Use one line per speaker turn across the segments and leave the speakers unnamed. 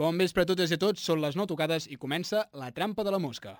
Bon vespre a totes i a tots, són les 9 tocades i comença La trampa de la mosca.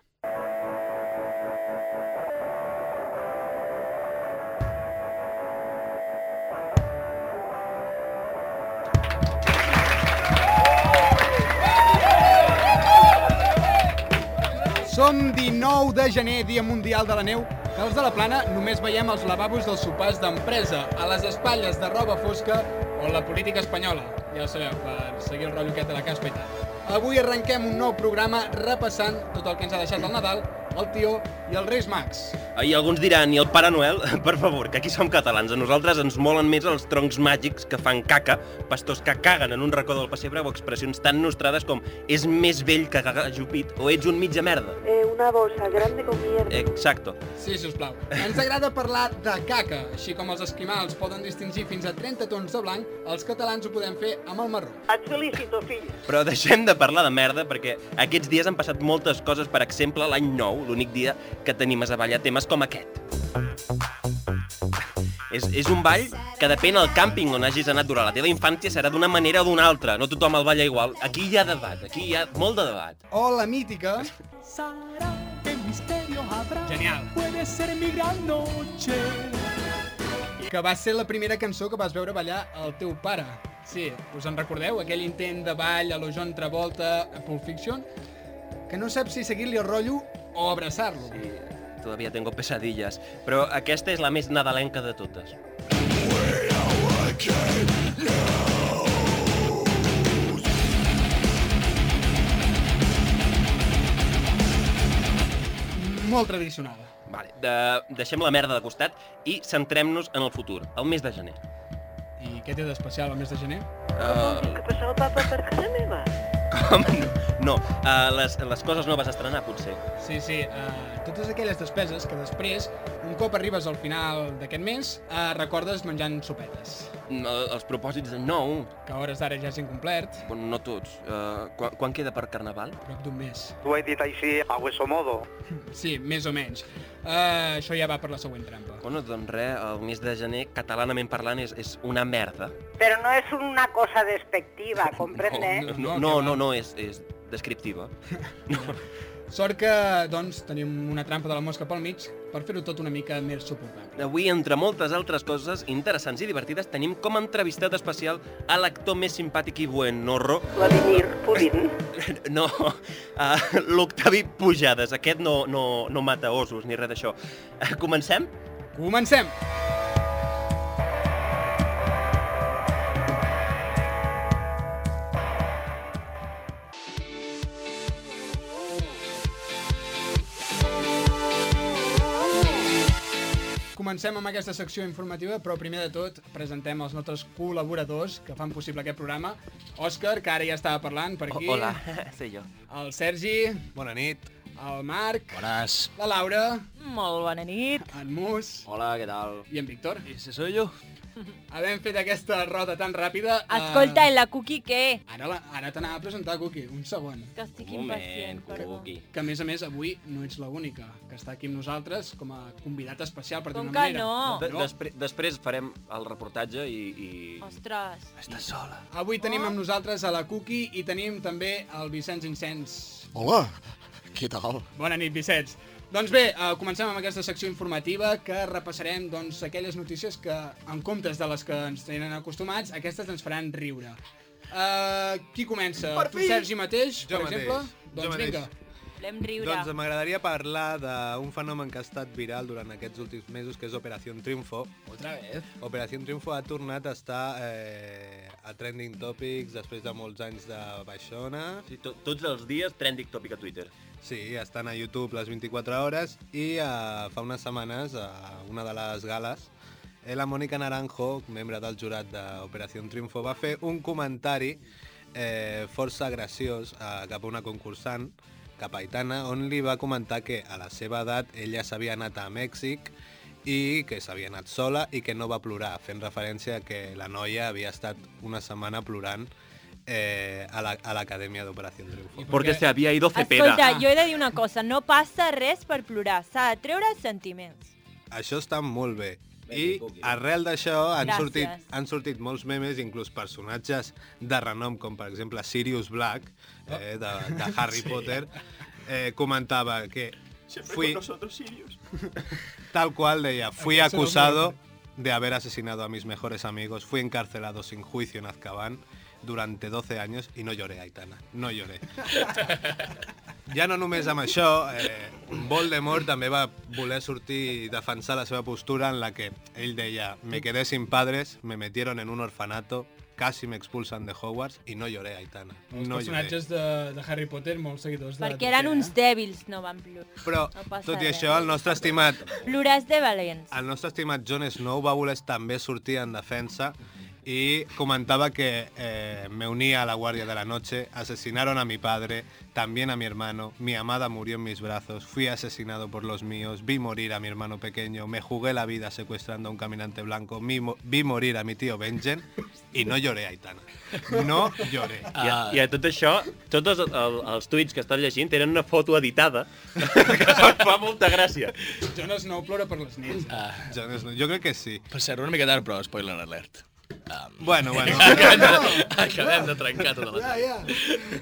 Som 19 de gener, dia mundial de la neu, que els de la plana només veiem els lavabos dels sopars d'empresa, a les espatlles de roba fosca o la política espanyola. Ja ho sabeu, per seguir el rotllo aquest de la caspa i tal. Avui arrenquem un nou programa repassant tot el que ens ha deixat el Nadal, el Tió i els Reis Mags.
Ah, I alguns diran, i el Pare Noel? Per favor, que aquí som catalans. A nosaltres ens molen més els troncs màgics que fan caca, pastors que caguen en un racó del pessebre o expressions tan nostrades com és més vell que Gagajupit o ets un mitja merda.
Eh, una bolsa grande con mierda.
Exacto.
Sí, si us plau. Ens agrada parlar de caca, així com els esquimals poden distingir fins a 30 tons de blanc, els catalans ho podem fer amb el marró.
Et felicito, fill.
Però deixem de parlar de merda perquè aquests dies han passat moltes coses, per exemple, l'any nou, l'únic dia que tenim a Zavallà temes com aquest. És, és un ball que depèn del càmping on hagis anat durant la teva infància serà d'una manera o d'una altra, no tothom el balla igual. Aquí hi ha debat, aquí hi ha molt de debat.
O la mítica,
Sara, qué misterio habrá.
Genial.
Puede ser mi gran noche.
que va ser la primera cançó que vas veure ballar el teu pare. Sí, us en recordeu? Aquell intent de ball a lo John Travolta a Pulp Fiction? Que no saps si seguir-li el rotllo o abraçar-lo. Sí.
Sí, todavía tengo pesadillas, però aquesta és la més nadalenca de totes.
Molt tradicional.
Vale, de, deixem la merda de costat i centrem-nos en el futur, el mes de gener.
I què té d'especial el mes de gener?
Uh,
Que passava papa per casa meva.
com? No, uh, les, les coses noves a estrenar, potser.
Sí, sí, uh, totes aquelles despeses que després, un cop arribes al final d'aquest mes, uh, recordes menjant sopetes.
Mm, eh, els propòsits de nou,
Que a hores d'ara ja és incomplert,
bueno, no tots. Uh, quan, quan queda per Carnaval?
prop d'un mes.
Ho he dit així a grosso modo.
Sí, més o menys. Uh, això ja va per la següent trampa.
Bueno, doncs res, el mes de gener, catalanament parlant, és, és una merda.
Pero no es una cosa despectiva,
Eh?
comprende?
Oh,
No, no,
No, no, que
no,
va.
no és, és descriptiva.
Sort que, doncs, tenim una trampa de la mosca pel mig per fer-ho tot una mica més suportable.
Avui, entre moltes altres coses interessants i divertides, tenim com a entrevistat especial a l'actor més simpàtic i buenorro,
Vladimir Putin.
no, uh, l'Octavi Pujades. Aquest no, no, no mata osos ni res d'això. Eh, Comencem?
Comencem! Comencem amb aquesta secció informativa, però primer de tot presentem els nostres col·laboradors que fan possible aquest programa. Òscar, que ara ja estava parlant per aquí.
Hola, sé jo.
El Sergi,
Bona nit.
el Marc,
Bones.
la Laura,
Molt bona nit.
en Mus
Hola, què tal?
i en Víctor.
Ese soy yo.
Havent fet aquesta roda tan ràpida... eh,
Escolta, i la Cookie què?
Ara, la- ara t'anava a presentar, Cookie, un segon.
Que estic impacient, perdó.
Cookie.
Que a més a més avui no ets la única que està aquí amb nosaltres com a convidat especial per
Com
dir-ho
que
manera.
no?
De
no.
-despre després farem el reportatge i... i...
Ostres.
Estàs sola.
Avui
Oh.
tenim amb nosaltres a la Cookie i tenim també el Vicenç Incens.
Hola, què tal?
Bona nit, Vicenç. Doncs bé, eh, comencem amb aquesta secció informativa que repassarem doncs, aquelles notícies que, en comptes de les que ens tenen acostumats, aquestes ens faran riure. Uh, qui comença?
Per
tu,
fi!
Sergi, mateix,
Jo
per
mateix,
exemple?
jo
Doncs
mateix.
vinga.
Volem riure.
Doncs m'agradaria parlar d'un fenomen que ha estat viral durant aquests últims mesos, que és Operació Triunfo.
Otra vez.
Operació Triunfo ha tornat a estar eh, a Trending Topics després de molts anys de baixona.
Sí, to tots els dies trending topic a Twitter.
Sí, estan a YouTube les 24 hores i eh, fa unes setmanes, a una de les gales, eh, la Mònica Naranjo, membre del jurat d'Operació Triunfo, va fer un comentari eh, força graciós eh, cap a una concursant, cap a Aitana, on li va comentar que a la seva edat ella s'havia anat a Mèxic i que s'havia anat sola i que no va plorar, fent referència a que la noia havia estat una setmana plorant eh, a la- a l'Acadèmia d'Operació Triunfo.
Porque se había ido Cepeda.
Escolta, jo he de dir una cosa. No passa res per plorar. S'ha de treure els sentiments.
Això està molt bé. I arrel d'això han
Gràcies.
sortit, han sortit molts memes, inclús personatges de renom, com per exemple Sirius Black, eh, de, de Harry Potter, eh, comentava que fui, tal cual deia, fui
Aquest serà un
acusado de haber asesinado a mis mejores amigos, fui encarcelado sin juicio en Azkaban durante 12 años y no lloré, Aitana, no lloré. Ja no només amb això, eh, Voldemort també va voler sortir i defensar la seva postura en la que ell deia me quedé sin padres, me metieron en un orfanato, casi me expulsan de Hogwarts i no lloré, Aitana,
Els
no lloré.
personatges de, de Harry Potter, molts seguidors de...
Perquè eren uns dèbils, no van plorar.
Però,
No passa
tot i
res. eh?
això, el nostre estimat
Ploràs de valents.
El nostre estimat Jon Snow va voler també sortir en defensa i comentava que eh, me unía a la guardia de la noche, asesinaron a mi padre, también a mi hermano, mi amada murió en mis brazos, fui asesinado por los míos, vi morir a mi hermano pequeño, me jugué la vida secuestrando a un caminante blanco, mi mo- vi morir a mi tío Benjen y no lloré, Aitana. No lloré.
I, a, I a tot això, tots els, el, els tuits que estàs llegint tenen una foto editada que em fa molta gràcia.
Jon Snow plora per les nits. Eh?
Jon Snow, jo crec que sí.
Passarà Ah. una mica tard, però spoiler alert. Um,
Bueno, bueno.
acabem, de, acabem de trencar tota la
Ja,
tarda.
ja.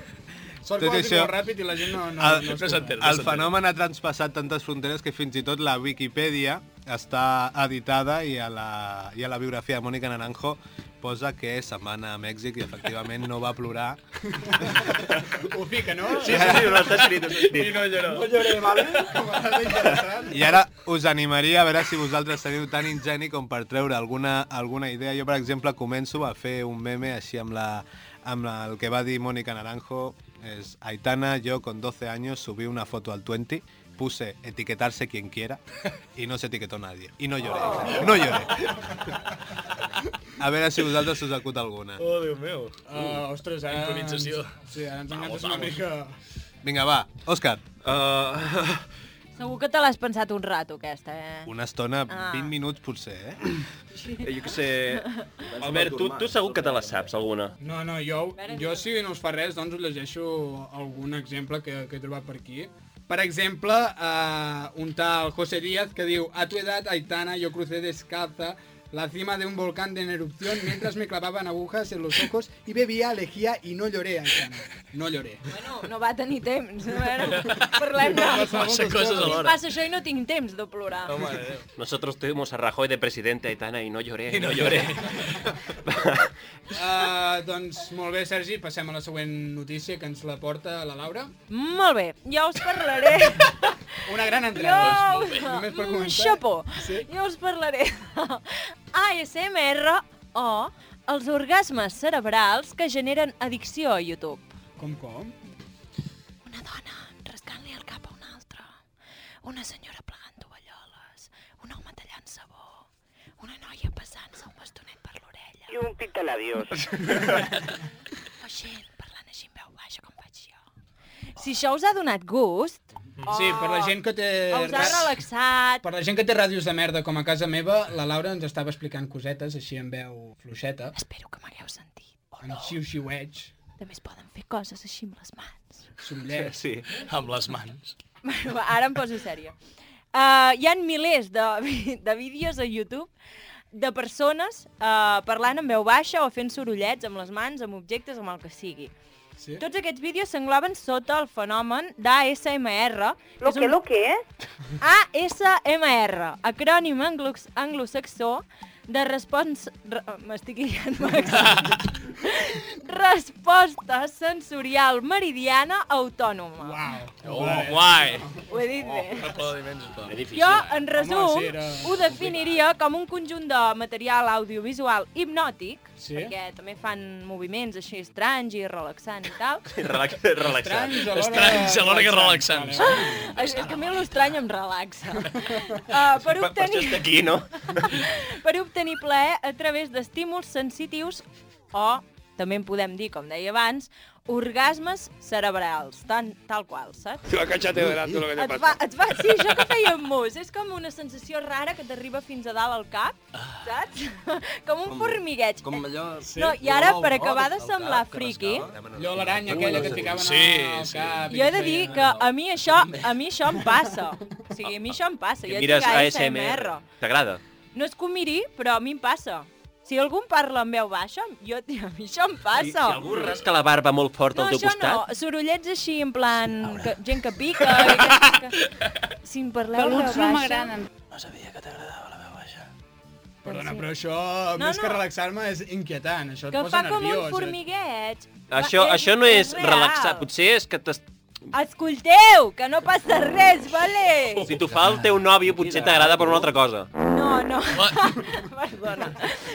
Tot
Sort que ho has dit
això-
molt ràpid i la gent no... no,
El-
no,
no s'entén.
El fenomen ha transpassat tantes fronteres que fins i tot la Wikipedia està editada i a la, i a la biografia de Mònica Naranjo posa que se'n va anar a Mèxic i efectivament no va plorar.
Ho fica, no?
Sí, sí, sí, no, està escrit. està escrit.
no lloró.
No lloré, vale? Com a vegades interessant.
I ara us animaria a veure si vosaltres teniu tan ingeni com per treure alguna, alguna idea. Jo, per exemple, començo a fer un meme així amb, la, amb la, el que va dir Mònica Naranjo. És Aitana, jo con 12 años subí una foto al 20, puse etiquetarse quien quiera y no se etiquetó nadie. Y no lloré, no lloré. A veure si vosaltres us acut alguna.
Oh, Déu meu.
Uh, ostres, ara...
Improvisació.
Ens, sí, ara ens enganxes
Vamos,
una
vamos.
mica...
Vinga, va, Òscar,
Uh,
Ah.
Segur que te l'has pensat un rato, aquesta, eh?
una estona,
Ah.
20 minuts potser, eh?
jo què sé... Albert, tu, Ah. tu segur que te la saps, alguna.
No, no, jo,
Veure,
jo si no us fa res, doncs us llegeixo algun exemple que, que he trobat per aquí. Per exemple, uh, un tal José Díaz que diu A tu edad, Aitana, yo crucé descalza la cima de un volcán en erupción mientras me clavaban agujas en los ojos y bebía, lejía y no lloré, Aitana. No lloré.
Bueno, no va tenir temps. A veure, parlem-ne.
Massa coses
Si
alhora.
passa això i no tinc temps de plorar.
Home, de
eh.
Déu.
Nosotros tuvimos a Rajoy de presidente, Aitana, y no lloré.
I no lloré.
Uh, doncs molt bé, Sergi, passem a la següent notícia que ens la porta la Laura.
Molt bé, jo us parlaré...
Una gran entrada.
Jo...
Només per
Mm,
començar.
Xapó.
Sí.
Jo us parlaré ASMR o els orgasmes cerebrals que generen addicció a YouTube.
Com, com?
Una dona rascant-li el cap a una altra. Una senyora plegant tovalloles. Un home tallant sabó. Una noia passant-se un bastonet per l'orella.
I un pintalabios.
O gent parlant així en veu baixa com faig jo. Si això us ha donat gust,
Sí, per la gent que té...
o us ha relaxat,
Per la gent que té ràdios de merda com a casa meva, la Laura ens estava explicant cosetes així en veu fluixeta,
espero que m'hagueu sentit.
en xiu-xiueig,
També es poden fer coses així amb les mans.
sorollets...
Sí.
Amb les mans.
Bueno, va, ara em poso sèria. Uh, hi ha milers de, vi- de vídeos a YouTube de persones uh, parlant en veu baixa o fent sorollets amb les mans, amb objectes, amb el que sigui.
Sí?
Tots aquests vídeos s'engloben sota el fenomen d'ASMR,
Lo que, lo que, eh?
ASMR, acrònim anglo anglosaxó de respons... Re... M'estic liant, Max. Resposta sensorial meridiana autònoma.
Oh, guai.
Ho he dit bé.
Oh, Aplaudiments a tothom.
Jo, en resum,
sí, era
ho definiria com un conjunt de material audiovisual hipnòtic,
Sí.
perquè també fan moviments així estranys i relaxants i tal.
Relax, relaxat.
Estranys alhora...
Estranys, alhora que relaxants.
Vale.
és, és que a mi l'estrany em relaxa. Uh, per,
Per, per això
obtenir,
està aquí, no?
per obtenir plaer a través d'estímuls sensitius o, també en podem dir, com deia abans, orgasmes cerebrals, tan, tal qual, saps?
Tú acáchate delante de lo que
Et fa, et fa, sí, això que feia en mus. És com una sensació rara que t'arriba fins a dalt al cap, saps? Ah. Com un formigueig.
Com allò...
No, i ara, per acabar de semblar friqui,
Allò l'aranya aquella que et ficaven
Sí,
al
sí.
cap... i
jo he de
et
dir
feien-
que a mi això, a mi això em passa. O sigui, a mi això em passa. Jo
Mires
dic
ASMR. T'agrada?
No és comiri, però a mi em passa. Si algú em parla en veu baixa, jo, a mi això em passa.
Si, si algú rasca la barba molt fort
No,
al teu
això
costat...
no, sorollets així, en plan, que, gent que pica... que, que, que, si em parleu en veu
Peluts
baixa...
no m'agraden.
Perdona, però això,
No,
més que
no.
relaxar-me, és inquietant. Això et
Que
posa
fa com
nerviós. eh?
un formigueig.
Això,
Va,
això no és
real.
relaxar, potser és que t'es-
Escolteu, que no passa res,
Oh,
vale?
si t'ho fa el teu nòvio potser t'agrada per una altra cosa.
No, no. Perdona.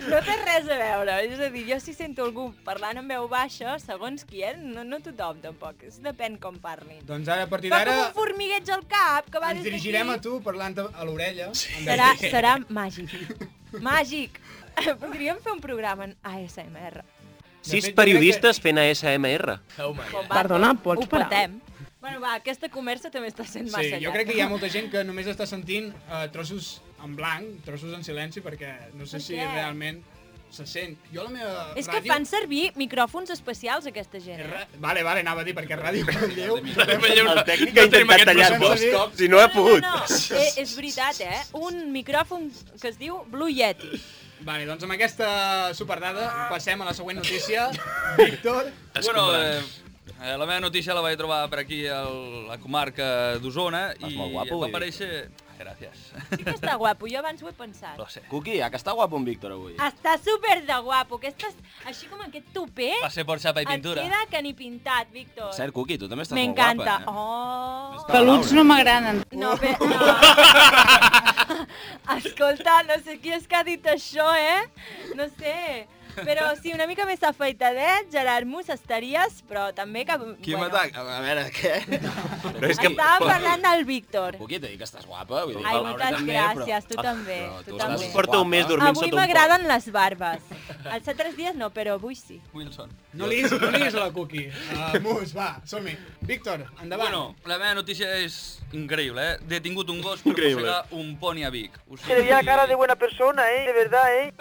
No té res a veure. És a dir, jo si sento algú parlant en veu baixa, segons qui, eh? No, no tothom, tampoc. És depèn com parlin.
Doncs ara, a partir
Fa com
d'ara,
un formigueig al cap que va
ens
des
dirigirem a
d'aquí.
tu parlant a l'orella. Sí.
Serà, serà màgic. Màgic. Eh, Podríem fer un programa en ASMR.
Sis periodistes fent ASMR.
Perdona, pots parar? Ho patem. Bueno, va, aquesta conversa també està sent massa
Sí, jo crec que hi ha molta gent que només està sentint eh, trossos en blanc, trossos en silenci, perquè no sé
Per
si
què?
realment se sent. Jo a la meva
És que
ràdio...
fan servir micròfons especials, aquesta gent. eh?
Vale, vale, anava a dir, perquè Ràdio Manlleu...
El tècnic ha intentat tallar dos cops i no ha pogut.
No, eh, és veritat, eh? Un micròfon que es diu Blue Yeti.
Vale, doncs amb aquesta superdada passem a la següent notícia. Víctor...
Bueno, eh, eh, la meva notícia la vaig trobar per aquí a la comarca d'Osona i
molt guapo,
va
avui,
aparèixer... Gràcies.
Sí que està guapo, jo abans ho he pensat.
No sé.
Cuqui, a que està guapo en Víctor avui.
Està super de guapo, que estàs així com aquest tupé.
Va ser por xapa i pintura.
Et queda que ni pintat, Víctor.
Cert, Cuqui, tu també estàs molt guapa.
M'encanta.
eh?
Oh.
Peluts no m'agraden.
No, bé, no. Escolta, no sé qui és que ha dit això, eh? No sé. Però si una mica més afeitadet, Gerard Mus, estaries, però també que...
Qui m'ataca? A veure, què?
Però és
que... Estàvem parlant del Víctor.
Cuqui, t'he dit que estàs guapa. Vull dir,
Ai,
Laura
moltes
també, Ah,
gràcies, tu també.
tu
Tu
estàs
també.
Porta un mes dormint
Avui
sota un foc.
m'agraden les barbes. Els altres dies no, però avui sí.
Wilson.
No liis, no liis la cookie. Uh, Mus, va, som-hi. Víctor, endavant.
Bueno, la meva notícia és increïble, eh? Detingut un gos per
Increïble.
mossegar un poni a Vic. O
Se le veía cara de buena persona, ¿eh? De verdad, ¿eh?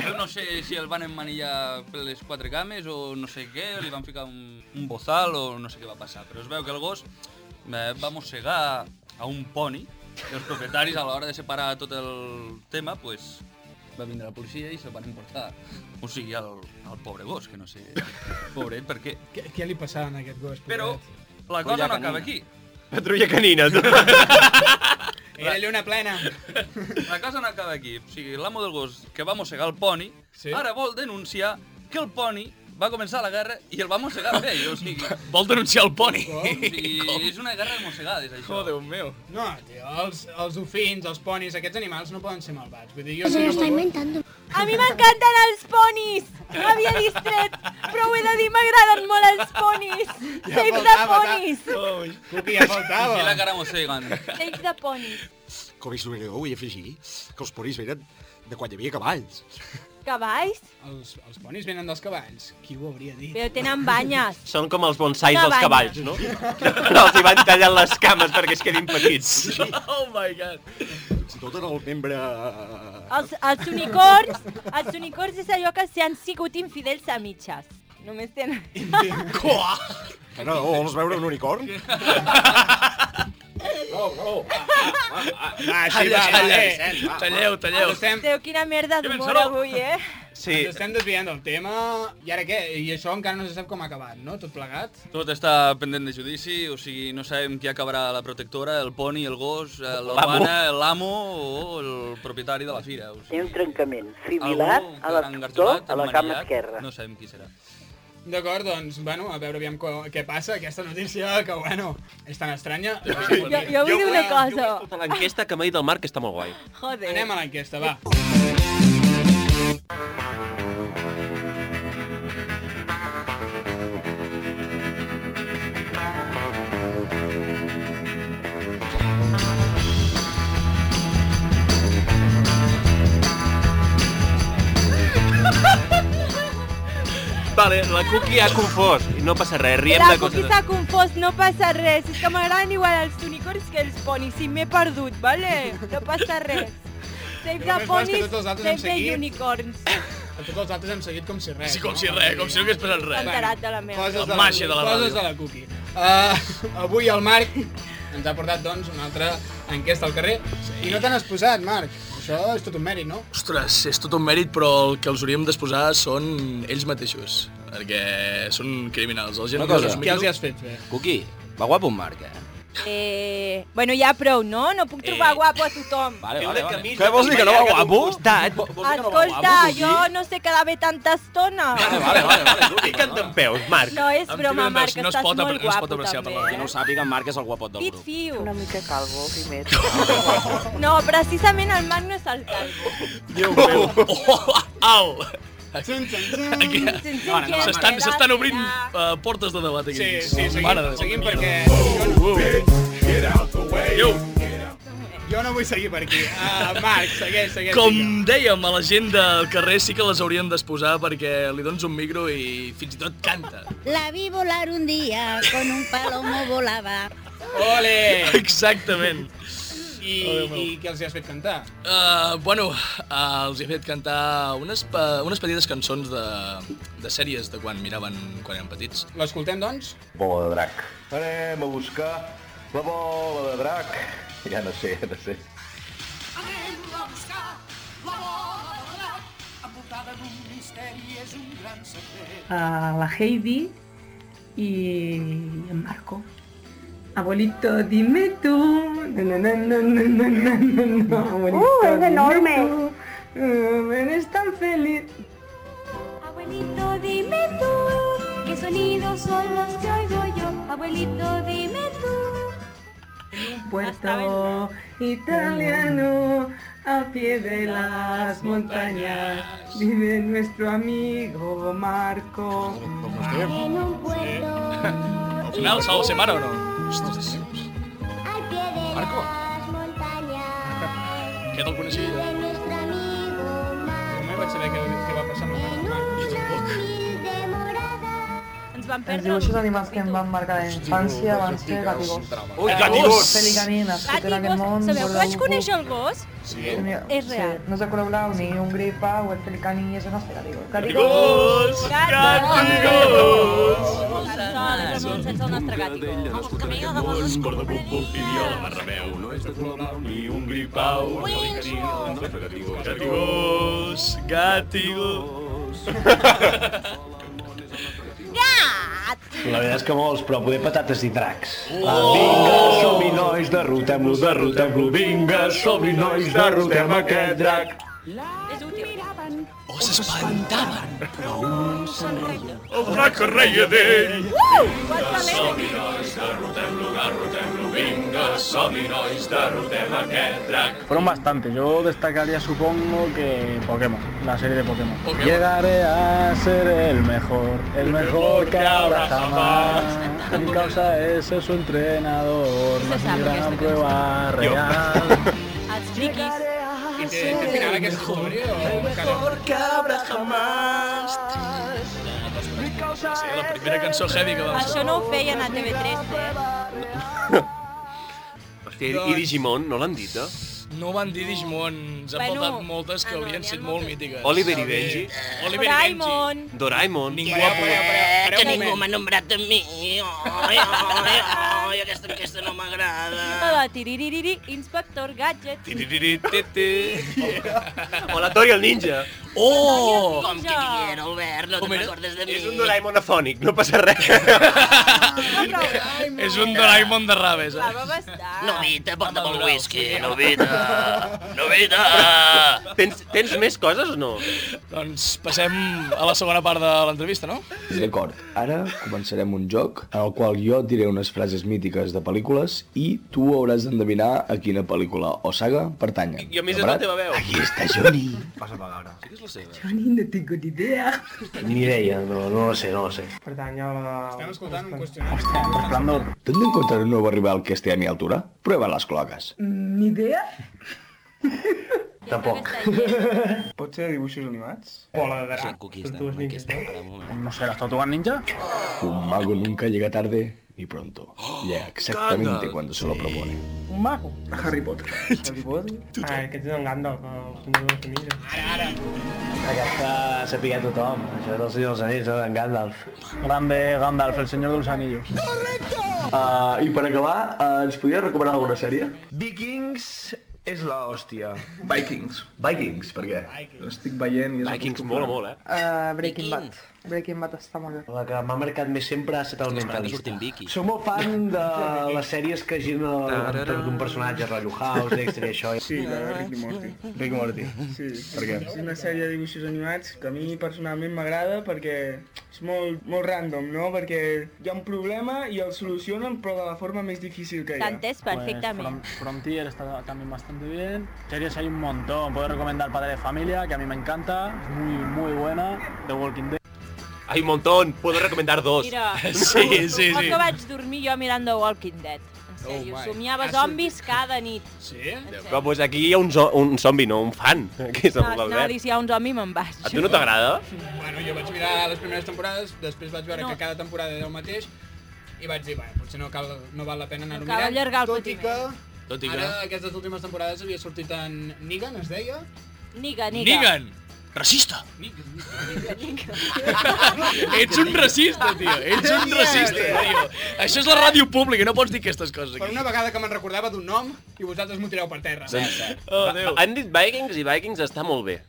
jo no sé si el van emmanillar per les quatre cames o no sé què, o li van ficar un, un bozal o no sé què va passar, però es veu que el gos eh, va mossegar a un poni i els propietaris a l'hora de separar tot el tema, pues, va vindre la policia i se'l van emportar. O sigui, el, el pobre gos, que no sé, pobret, per què.
Què, què li passava a aquest gos?
Però la
Patrulla
cosa no acaba
canina.
aquí.
Patrulla canina, tu.
Era lluna plena.
La cosa no acaba aquí. O sigui, l'amo del gos que va mossegar el poni, sí? ara vol denunciar que el poni va començar la guerra i el va mossegar bé, o sigui...
Vol denunciar el poni.
O sigui, és una guerra de mossegades, això. Oh,
Déu meu.
No, tio, els, els ofins, els ponis, aquests animals no poden ser malvats. Vull dir, jo
Se
sé
lo
que
está
algú-
inventando.
A mi m'encanten els ponis! No havia distret, però ho he de dir, m'agraden molt els ponis! Take the
faltava,
ponis!
Cuqui, ja faltava.
I la cara mossegant.
Take the ponis!
Com a historiador vull afegir que els ponis venen de quan hi havia cavalls.
Cavalls?
Els, els ponis venen dels cavalls. Qui ho hauria dit?
Però tenen banyes.
Són com els bonsais dels
Una
cavalls, no? no? Els hi van tallant les cames perquè es quedin petits.
Oh my god.
Si tot era el membre...
Els, els unicorns, els unicorns és allò que s'han sigut infidels a mitges. Només tenen...
Que no, vols veure un unicorn?
No, no.
Ah,
Va, sí,
Calla,
va,
calla,
eh,
Vicenç,
eh,
va,
Talleu, talleu. Estem,
Déu, quina merda d'humor avui, eh?
Sí.
Ens estem desviant del tema. I ara què? I això encara no se sap com ha acabat, no? Tot plegat.
Tot està pendent de judici, o sigui, no sabem qui acabarà la protectora, el poni, el gos, eh, l'Albana, l'amo o el propietari de la fira. O sigui,
Té un trencament fibrilar a la tutor, a la cama esquerra.
No sabem qui serà.
D'acord, doncs, bueno, a veure aviam co- què passa. Aquesta notícia, que bueno, és tan estranya. Jo,
jo vull dir una cosa.
L'enquesta que m'ha dit el Marc que està molt guai.
Joder.
Anem a l'enquesta, va.
Vale, la Cookie ha confós. I no passa res, Eh, riem
La
de
Cookie
coses...
s'ha confós, no passa res. És que m'agraden igual els unicorns que els ponis. Si m'he perdut, vale? No passa res. Save
Però
the
més bo és que
ponis,
tots els altres
save
hem
the
seguit.
unicorns.
A tots els altres hem seguit com si res.
Sí, com si res, com si no hagués passat res.
Bueno,
Enterat de la meva.
Coses
La
de
màgia de la
coses
ràdio.
de la cookie. Uh, avui el Marc ens ha portat, doncs, una altra enquesta al carrer. I no te n'has posat, Marc. O Això és tot un mèrit, no?
Ostres, és tot un mèrit, però el que els hauríem d'exposar són ells mateixos, perquè són criminals. El gent
Una cosa,
que
què els hi
has fet, bé?
Cuqui, va guapo un marc, eh?
Eh, bueno, ja prou, no? No puc trobar eh. guapo a tothom.
Vale,
una
vale, vale.
camisa Què vols dir, que no va llarga guapo?
Escolta, jo no sé quedar-me tanta estona.
Fica't d'en peus, Marc.
No, és broma, Marc, estàs molt guapo, també. eh?
Qui no ho sàpiga, en Marc és el guapot del
Pit
grup.
fiu. Una
mica calvo, primer.
No, precisament el Marc no és el calvo.
Déu meu. Oh, au! Aquí-
txin,
Ara, no,
txin,
S'estan
txin,
s'estan obrint eh, portes de debat aquí.
Sí, sí, seguim,
Mare de-
seguim perquè...
Yo.
Jo no vull seguir per aquí. Uh, Marc, segueix, segueix. vinga.
Com dèiem, a la gent del carrer sí que les haurien d'exposar perquè li dones un micro i fins i tot canta.
La vi volar un día, con un palomo volaba.
Ole!
Exactament.
I, i què els hi has fet cantar?
Uh, bueno, uh, els he fet cantar unes, pe unes petites cançons de, de sèries de quan miraven quan eren petits.
L'escoltem, doncs?
Bola de drac. Anem a buscar la bola de drac. Ja no sé, no sé.
Anem a buscar la bola de drac, envoltada d'un misteri, és un gran secret.
a la Heidi y a Marco. Abuelito, dime tú. No, no, no, no, no, no, no, no, abuelito,
Uh, es
dime
enorme.
tú. Mm, Eres tan feliz.
Abuelito, dime tú, qué sonidos son los que oigo yo. Abuelito, dime tú.
Puerto italiano a pie de las montañas vive nuestro amigo Marco.
En un puerto
Al final, s'ha de ser mare o no? Ostres,
al pie de
Marco.
las montañas.
què te'l coneixia?
Vive nuestro amigo Marco.
No vaig saber què, què va passar amb el
Ens van
Els
perdre
dibuixos animats que em van marcar de la infància van ser Gatigos.
Ui,
Gatigos! Pelicaninas, que tenen aquest món...
Sabeu que
borda
vaig
algú.
conèixer el gos?
Sí, mira,
És real.
Sí, no se color blau, ni un gripa, o el pelicani, eso no sé, Gatigos.
Gatigos! Gatigos!
Sense el nostre gàtic. No és de color blau ni un gripau.
Gatigos, gatigos.
La veritat és que molts, però poder patates i dracs. Ah,
Oh!
Vinga, som-hi, nois, derrotem-lo, derrotem-lo. Vinga, som-hi, nois, derrotem aquest drac.
Oh, s'espantaven!
Però un se'n reia.
El drac es reia d'ell.
Uh!
Som-hi, nois, derrotem-lo, derrotem-lo. Vinga, som-hi, nois, derrotem aquest drac.
Fueron bastantes. Yo destacaría, supongo, que Pokémon, la serie de Pokémon.
Pokémon.
Llegaré a ser el mejor, el mejor que ahora jamás. Mi causa ese es su entrenador, no es mi gran prueba real.
Els friquis.
I té,
Eh,
té final aquesta història o encara?
Mejor cabra jamás.
Sí, la primera cançó heavy que vam
Això no ho feien a TV3, eh?
Hòstia, i- i Digimon, no l'han dit, eh?
No van dir Digimon, ens han
Bueno, ah,
faltat moltes que haurien set molt mítiques.
Oliver i Benji.
Oliver i Benji.
Doraemon.
Ningú ha
pogut.
que ningú m'ha
nombrat a mi. Ai, ai, ai, aquesta enquesta no m'agrada.
Hola, tiriririri, inspector gadget.
O la Tori el ninja.
Oh! Com que
Jo.
quiero, Albert, no
Com
te'n
era?
recordes de mi.
És un Doraemon afònic, no passa res.
És un Doraemon de raves, eh?
Novita, porta molt whisky,
Novita. Novita!
Tens, tens més coses o no?
Doncs passem a la segona part de l'entrevista, no?
D'acord, ara començarem un joc en el qual jo et diré unes frases mítiques de pel·lícules i tu hauràs d'endevinar a quina pel·lícula o saga pertanyen.
Jo més és la teva veu.
Aquí està Johnny.
Passa per veure. Quina és la seva?
Johnny, no tengo ni idea.
Ni idea, no, no lo sé, no lo sé.
Pertany a la... Estem
escoltant un qüestionari.
Resplandor. Teniendo en cuenta el nuevo rival que esté a mi altura, prueba las cloacas.
Mm, Ni idea.
Tampoc.
Pot ser dibuixos animats?
Bola de drac.
eh?
No sé, las tortugas ninja.
Un mago nunca llega tarde ni pronto.
Oh,
Llega exactamente cuando se lo propone.
Un mago? Harry Potter. Harry Potter? Ah, aquest és en Gandalf, el senyor de família. Ara, ara.
Aquesta sàpiga tothom, això del Senyor dels Anells, no? d'en Gandalf.
Grande Gandalf, el señor de los anillos.
Ah,
Ah,
Uh, I per acabar, uh, ens podria recomanar alguna sèrie? Vikings
És la hòstia.
Vikings.
Vikings, per què? L'estic veient i és
Vikings
acostumant.
mola
eh?
molt,
Uh, Breaking Bad. Breaking Bad està molt bé.
La que m'ha marcat més sempre ha estat el mentalista. Soc molt fan de les sèries que giren al entorn d'un personatge,
Ah.
rotllo House, Dexter i això.
Sí, la de Rick i Morty.
Rick i Morty.
Sí,
Per què?
és una sèrie de dibuixos animats que a mi personalment m'agrada perquè és molt, molt random, no? Perquè hi ha un problema i el solucionen però de la forma més difícil que hi ha.
T'entès perfectamente.
Pues, From, Frontier está también bastante bien. Series hay un montón. Puedo recomendar Padre de Familia, que a mí me encanta. Es muy, muy buena. The Walking Dead.
Hay un montón, puedo recomendar dos.
Mira,
sí, sí,
quan
sí. Oh
que vaig dormir jo mirant The Walking Dead. En sèrio,
my. Ah,
somiava
Ha
zombis cada nit. Sí?
Però pues, aquí hi ha un, zo un zombi, no un fan. Aquí és
No,
el
no,
Albert.
dir, si hi ha un zombi me'n vaig.
A Ah, tu no t'agrada?
Bueno, jo vaig mirar les primeres temporades, després vaig veure no. que cada temporada era el mateix, i vaig dir, bueno, potser no, cal, no val la pena anar-ho
Cal
mirant.
allargar el
tot i que,
Tot i que-
Ara, aquestes últimes temporades havia sortit en Negan, es deia?
Niga, niga.
Negan! Racista! Ets un racista, tio. Ets un racista, tio. Això és la ràdio pública, no pots dir aquestes coses
Per
aquí.
una vegada que me'n recordava d'un nom i vosaltres m'ho tireu per terra. Eh,
Oh, Han dit Vikings i Vikings està molt bé.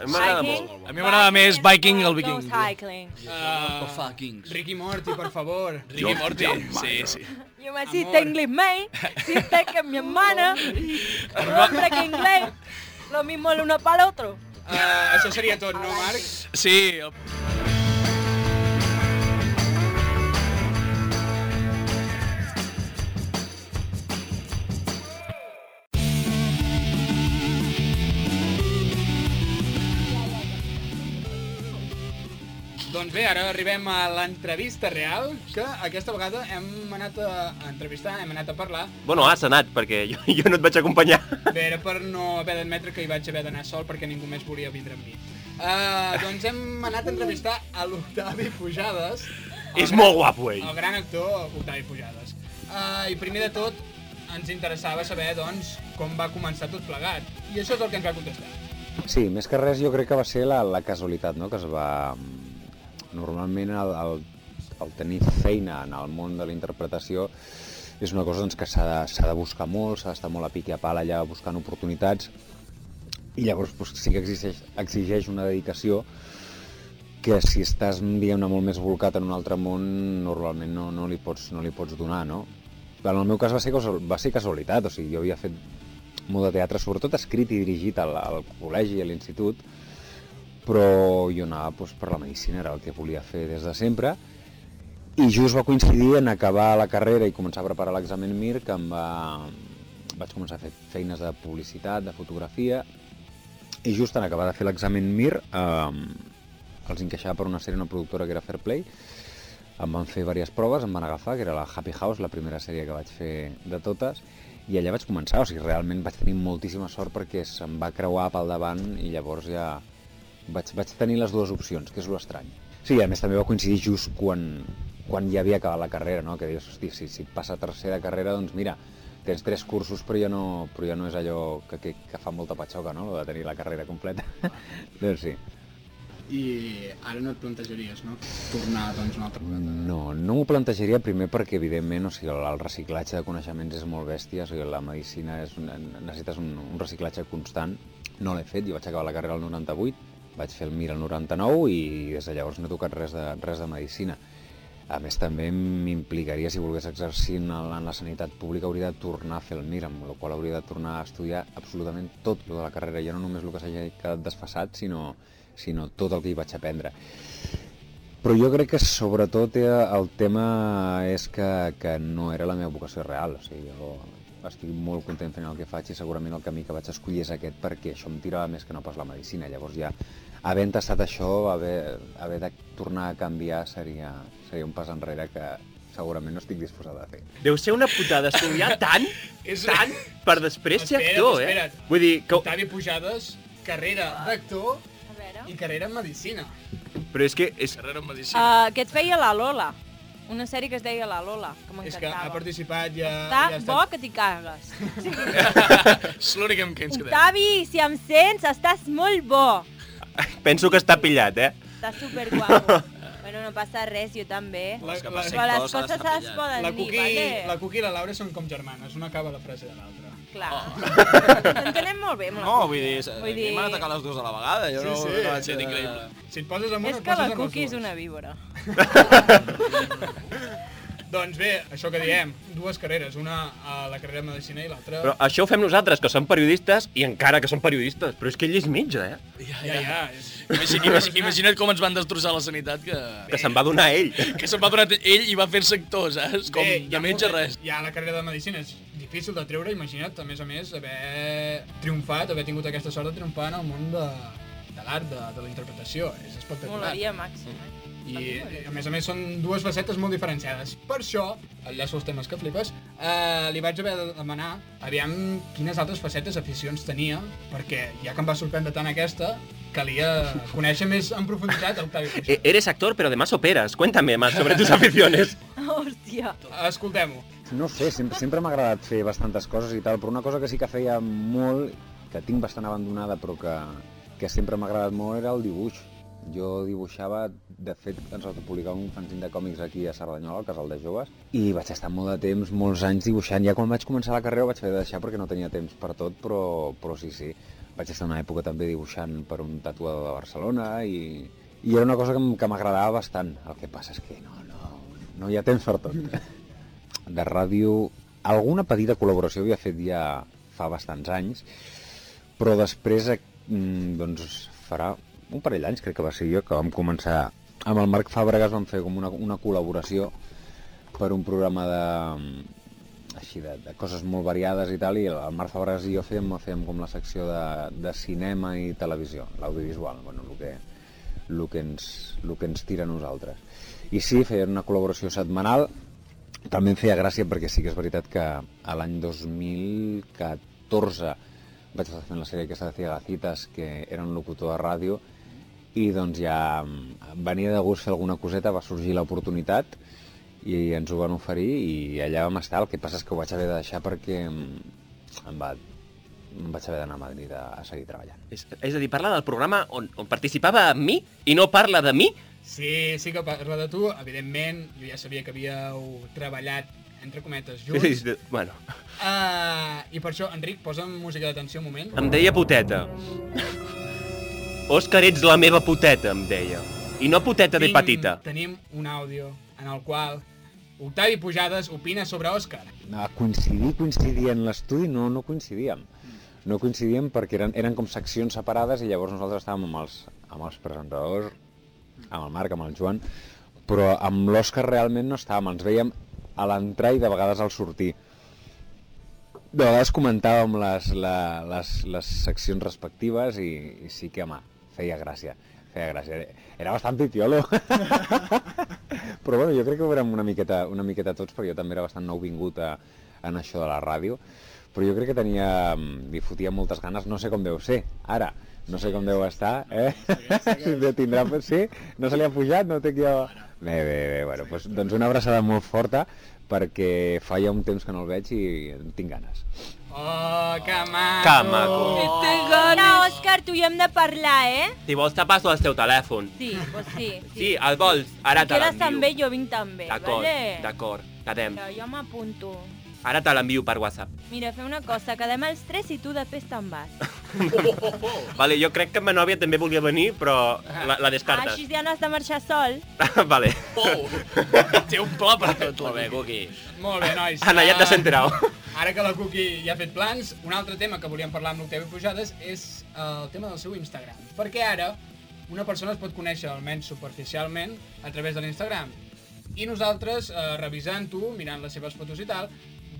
A mi m'agrada molt.
A mi m'agrada més Viking el
Go
viking.
cycling.
Uh,
fuckings.
Ricky Morty, per favor.
Ricky Morty, sí, sí.
Jo me si tengo mail, si tengo con mi hermana, hombre que inglés, lo mismo el uno para el otro.
Uh, això seria tot, no, Marc?
Sí, el
Doncs bé, ara arribem a l'entrevista real, que aquesta vegada hem anat a entrevistar, hem anat a parlar.
Bueno, has anat, perquè jo, jo no et vaig acompanyar.
Bé, era per no haver d'admetre que hi vaig haver d'anar sol perquè ningú més volia vindre amb mi. Uh, doncs hem anat a entrevistar a l'Octavi Pujades. el
És molt guapo, ell.
El gran actor Octavi Pujades. Uh, I primer de tot, ens interessava saber, doncs, com va començar tot plegat. I això és el que ens va contestar.
Sí, més que res jo crec que va ser la, la casualitat, no?, que es va... mm, Normalment el, el, el tenir feina en el món de la interpretació és una cosa doncs, que s'ha de, s'ha de buscar molt, s'ha d'estar molt a pic i a pala allà buscant oportunitats i llavors doncs, sí que exigeix, exigeix una dedicació que si estàs, diguem-ne, molt més volcat en un altre món, normalment no, no, li, pots, no li pots donar, no? En el meu cas va ser, casual- va ser casualitat, o sigui, jo havia fet molt de teatre, sobretot escrit i dirigit al, al col·legi i a l'institut, però jo anava doncs, per la medicina, era el que volia fer des de sempre, i just va coincidir en acabar la carrera i començar a preparar l'examen MIR, que em va... vaig començar a fer feines de publicitat, de fotografia, i just en acabar de fer l'examen MIR eh, els encaixava per una sèrie, una productora que era Fair Play, em van fer diverses proves, em van agafar, que era la Happy House, la primera sèrie que vaig fer de totes, i allà vaig començar, o sigui, realment vaig tenir moltíssima sort perquè se'm va creuar pel davant i llavors ja vaig, vaig tenir les dues opcions, que és l'estrany. Sí, a més també va coincidir just quan, quan ja havia acabat la carrera, no? que dius, hosti, si, si et passa tercera carrera, doncs mira, tens tres cursos però ja no, però ja no és allò que, que, que fa molta patxoca, no?, Lo de tenir la carrera completa. doncs sí.
I ara no et plantejaries, no? Tornar, doncs, un altre...
No, no m'ho plantejaria primer perquè, evidentment, o sigui, el- el reciclatge de coneixements és molt bèstia, o sigui, la medicina és una, necessites un, un reciclatge constant. No l'he fet, jo vaig acabar la carrera el 98, vaig fer el MIR el 99 i des de llavors no he tocat res de, res de medicina. A més, també m'implicaria, si volgués exercir en la, en la sanitat pública, hauria de tornar a fer el MIR, amb la qual cosa hauria de tornar a estudiar absolutament tot el de la carrera, ja no només el que s'hagi quedat desfassat, sinó, sinó tot el que hi vaig aprendre. Però jo crec que sobretot eh, el tema és que, que no era la meva vocació real. O sigui, jo estic molt content fent el que faig i segurament el camí que vaig escollir és aquest perquè això em tirava més que no pas la medicina. Llavors ja, havent tastat això, haver, haver de tornar a canviar seria, seria un pas enrere que segurament no estic disposat a fer.
Deu ser una putada estudiar tant, tant, per després ser
Espera't,
actor, eh?
espera't.
Vull dir, que...
Octavi Pujades, carrera d'actor i carrera en medicina.
Però és que... És...
Uh, que et feia la Lola, una sèrie que es deia La Lola, que
És que ha
m'encantava.
participat ja...
Està
ja ha
bo que t'hi cagues.
És l'únic amb què ens quedem.
Octavi, si em sents, estàs molt bo.
Penso que està pillat, eh?
Estàs superguapo. bueno, no passa res, jo també.
La-
Ah, Però
la-
les coses es poden
la
dir,
Cuqui,
vale?
La Cuqui i la Laura són com germanes, una acaba la frase de l'altra.
Clar. Oh. Entenem molt bé. Molt
No, vull dir, vull dir... m'han atacat les dues a la vegada. Jo
Sí,
no,
sí,
no vaig
sí,
ser
increïble. Si et poses amb una,
És
et
que
poses
la
amb els
Cookie és
dos.
una víbora.
Doncs bé, això que diem, dues carreres, una a la carrera de medicina i l'altra...
Però això ho fem nosaltres, que som periodistes, i encara que som periodistes. Però és que ell és metge, eh?
Ja, ja.
Imagina't, imagina't, imagina't com ens van destrossar la sanitat que...
Que se'n va donar ell.
Que se'n va donar ell i va fer-se actor, saps? Com
Bé, hi
de
ha
metge
molta-
res.
Hi ha la carrera de medicina, és difícil de treure, imagina't, a més a més, haver triomfat, haver tingut aquesta sort de triomfar en el món de, de l'art, de, de la interpretació. És espectacular.
Molaria màxim.
I, a més a més, són dues facetes molt diferenciades. Per això, enllaço els temes que flipes, eh, li vaig haver de demanar aviam quines altres facetes, aficions tenia, perquè ja que em va sorprendre tant aquesta, calia conèixer més en profunditat Octavio Pujol.
E- Eres actor, pero además operas. Cuéntame más sobre tus aficiones.
Hòstia.
Escoltem-ho.
No sé, sempre, sempre m'ha agradat fer bastantes coses i tal, però una cosa que sí que feia molt, que tinc bastant abandonada, però que, que sempre m'ha agradat molt, era el dibuix. Jo dibuixava, de fet, ens autopublicàvem un fanzine de còmics aquí a Cerdanyola, al Casal de Joves, i vaig estar molt de temps, molts anys dibuixant. Ja quan vaig començar la carrera ho vaig haver de deixar perquè no tenia temps per tot, però, però sí, sí. Vaig estar una època també dibuixant per un tatuador de Barcelona i, i era una cosa que m- que m'agradava bastant. El que passa és que no, no, no hi ha temps per tot de ràdio. Alguna petita col·laboració havia fet ja fa bastants anys, però després, eh, mm, doncs, farà un parell d'anys, crec que va ser jo, que vam començar amb el Marc Fàbregas, vam fer com una, una col·laboració per un programa de, així de, de coses molt variades i tal, i el Marc Fabres i jo fèiem, fèiem com la secció de, de cinema i televisió, l'audiovisual, bueno, el que, el, que ens, el que ens tira a nosaltres. I sí, feien una col·laboració setmanal, també em feia gràcia perquè sí que és veritat que a l'any 2014 vaig estar fent la sèrie aquesta de Ciagacitas, que era un locutor de ràdio, i doncs ja mm, venia de gust fer alguna coseta, va sorgir l'oportunitat, i ens ho van oferir i allà vam estar, el que passa és que ho vaig haver de deixar perquè mm, em, va, em vaig haver d'anar a Madrid a, a seguir treballant.
És, és a dir, parla del programa on, on participava amb mi i no parla de mi?
Sí, sí que parla de tu, evidentment, jo ja sabia que havíeu treballat, entre cometes, junts.
Sí, sí, bueno,
Uh, I per això, Enric, posa'm música d'atenció un moment.
em deia poteta. Òscar, ets la meva poteta, em deia. I no poteta de
Tinc-
patita.
Tenim un àudio en el qual Octavi Pujades opina sobre Òscar.
A coincidir, coincidir en l'estudi, no, no coincidíem. No coincidíem perquè eren, eren com seccions separades i llavors nosaltres estàvem amb els, amb els presentadors, amb el Marc, amb el Joan, però amb l'Òscar realment no estàvem, ens veiem a l'entrar i de vegades al sortir. De vegades comentàvem les, la, les, les seccions respectives i, i sí que, home, feia gràcia. Feia gràcia. Era bastant pitiolo. Però bueno, jo crec que ho érem una miqueta, una miqueta tots, perquè jo també era bastant nouvingut a, en això de la ràdio, però jo crec que tenia, mm, li fotia moltes ganes, no sé com deu ser, ara, no sé com deu estar, eh? Si deu tindrà, pues sí, no se li ha pujat, no té que jo... Bé, bé, bé, bueno, doncs, doncs una abraçada molt forta, perquè fa ja un temps que no el veig i en tinc ganes.
Oh, que maco.
Que maco.
Té ganes. No, Òscar, tu i hem de parlar, eh?
Si vols, te passo el teu telèfon.
Sí, pues sí.
Sí, el vols, ara te
Quedes
l'envio.
també, jo vinc també,
D'acord,
vale? Doncs.
d'acord, quedem.
Mira, jo m'apunto.
Ara te l'envio per WhatsApp.
Mira, fem una cosa, quedem els tres i tu després te'n vas.
Vale, jo crec que ma nòvia també volia venir, però la, la
Ah,
descartes.
així ja no has de marxar sol.
vale.
Té un pla per tot.
Molt bé, Cuqui.
Molt bé, nois.
Anna, ja t'has
Ah,
enterat.
Ara que la Cookie ja ha fet plans, un altre tema que volíem parlar amb l'Octavi Pujades és eh, el tema del seu Instagram. Perquè ara una persona es pot conèixer, almenys superficialment, a través de l'Instagram. I nosaltres, eh, revisant-ho, mirant les seves fotos i tal,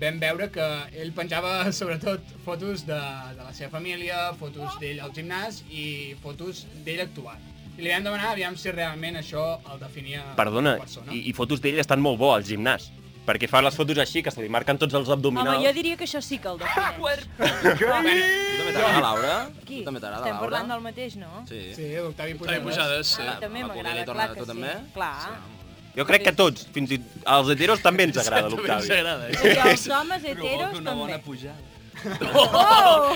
vam veure que ell penjava sobretot fotos de, de la seva família, fotos d'ell al gimnàs i fotos d'ell actuant. I li vam demanar aviam si realment això el definia
Perdona,
com a persona.
i, i fotos d'ell estan molt bo al gimnàs. Perquè fa les fotos així, que se li marquen tots els
Home,
abdominals.
jo diria que això sí que el
Ah,
defineix.
Tu també t'agrada, Laura?
Qui?
Tu també t'agrada,
Estem
Laura?
parlant del mateix, no?
Sí.
Sí, l'Octavi
Octavi Pujades, sí.
Ah, també
La
m'agrada,
Puglia
clar
torna,
que
tu
sí.
també?
Clar.
Jo crec que tots, fins i tot als heteros també ens agrada
També
l'Octavi.
ens agrada, eh?
I els homes heteros també.
pujada.
Oh!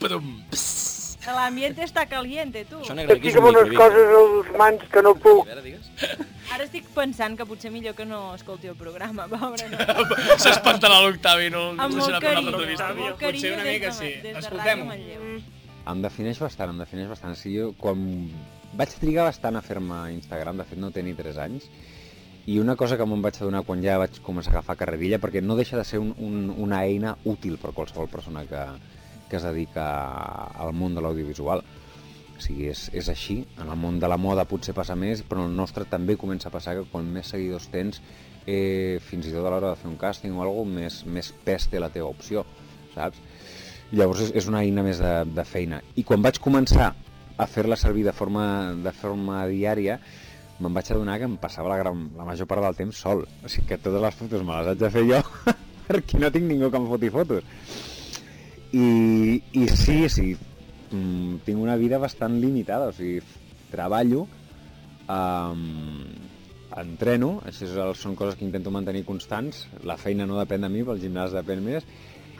Prum, pss.
El ambiente está caliente, eh, tu.
Això negre aquí
Estic
és un
amb unes
microbic.
coses als mans que no puc.
Ara estic pensant que potser millor que no escolti el programa, pobre. No.
S'espantarà l'Octavi, no?
Amb
ens
molt
deixarà fer una
carinyo,
altra entrevista.
amb molt carinyo
una
des
mica
de-
sí.
des de
Escoltem-ho.
Ràdio Manlleu.
Em defineix bastant, em defineix bastant. O sigui, jo quan vaig trigar bastant a fer-me Instagram, de fet no té ni 3 anys, i una cosa que me'n vaig adonar quan ja vaig començar a agafar carrerilla, perquè no deixa de ser un, un, una eina útil per qualsevol persona que, que es dedica al món de l'audiovisual. O sigui, és, és així. En el món de la moda potser passa més, però en el nostre també comença a passar que quan més seguidors tens, eh, fins i tot a l'hora de fer un càsting o alguna cosa, més, més pes té la teva opció, saps? Llavors és, és una eina més de, de feina. I quan vaig començar a fer-la servir de forma, de forma diària, me'n vaig adonar que em passava la, gran, la major part del temps sol. O sigui que totes les fotos me les haig de fer jo perquè no tinc ningú que em foti fotos. I, i sí, sí, mm, tinc una vida bastant limitada. O sigui, treballo, um, entreno, això és, el- són coses que intento mantenir constants. La feina no depèn de mi, pel gimnàs depèn més.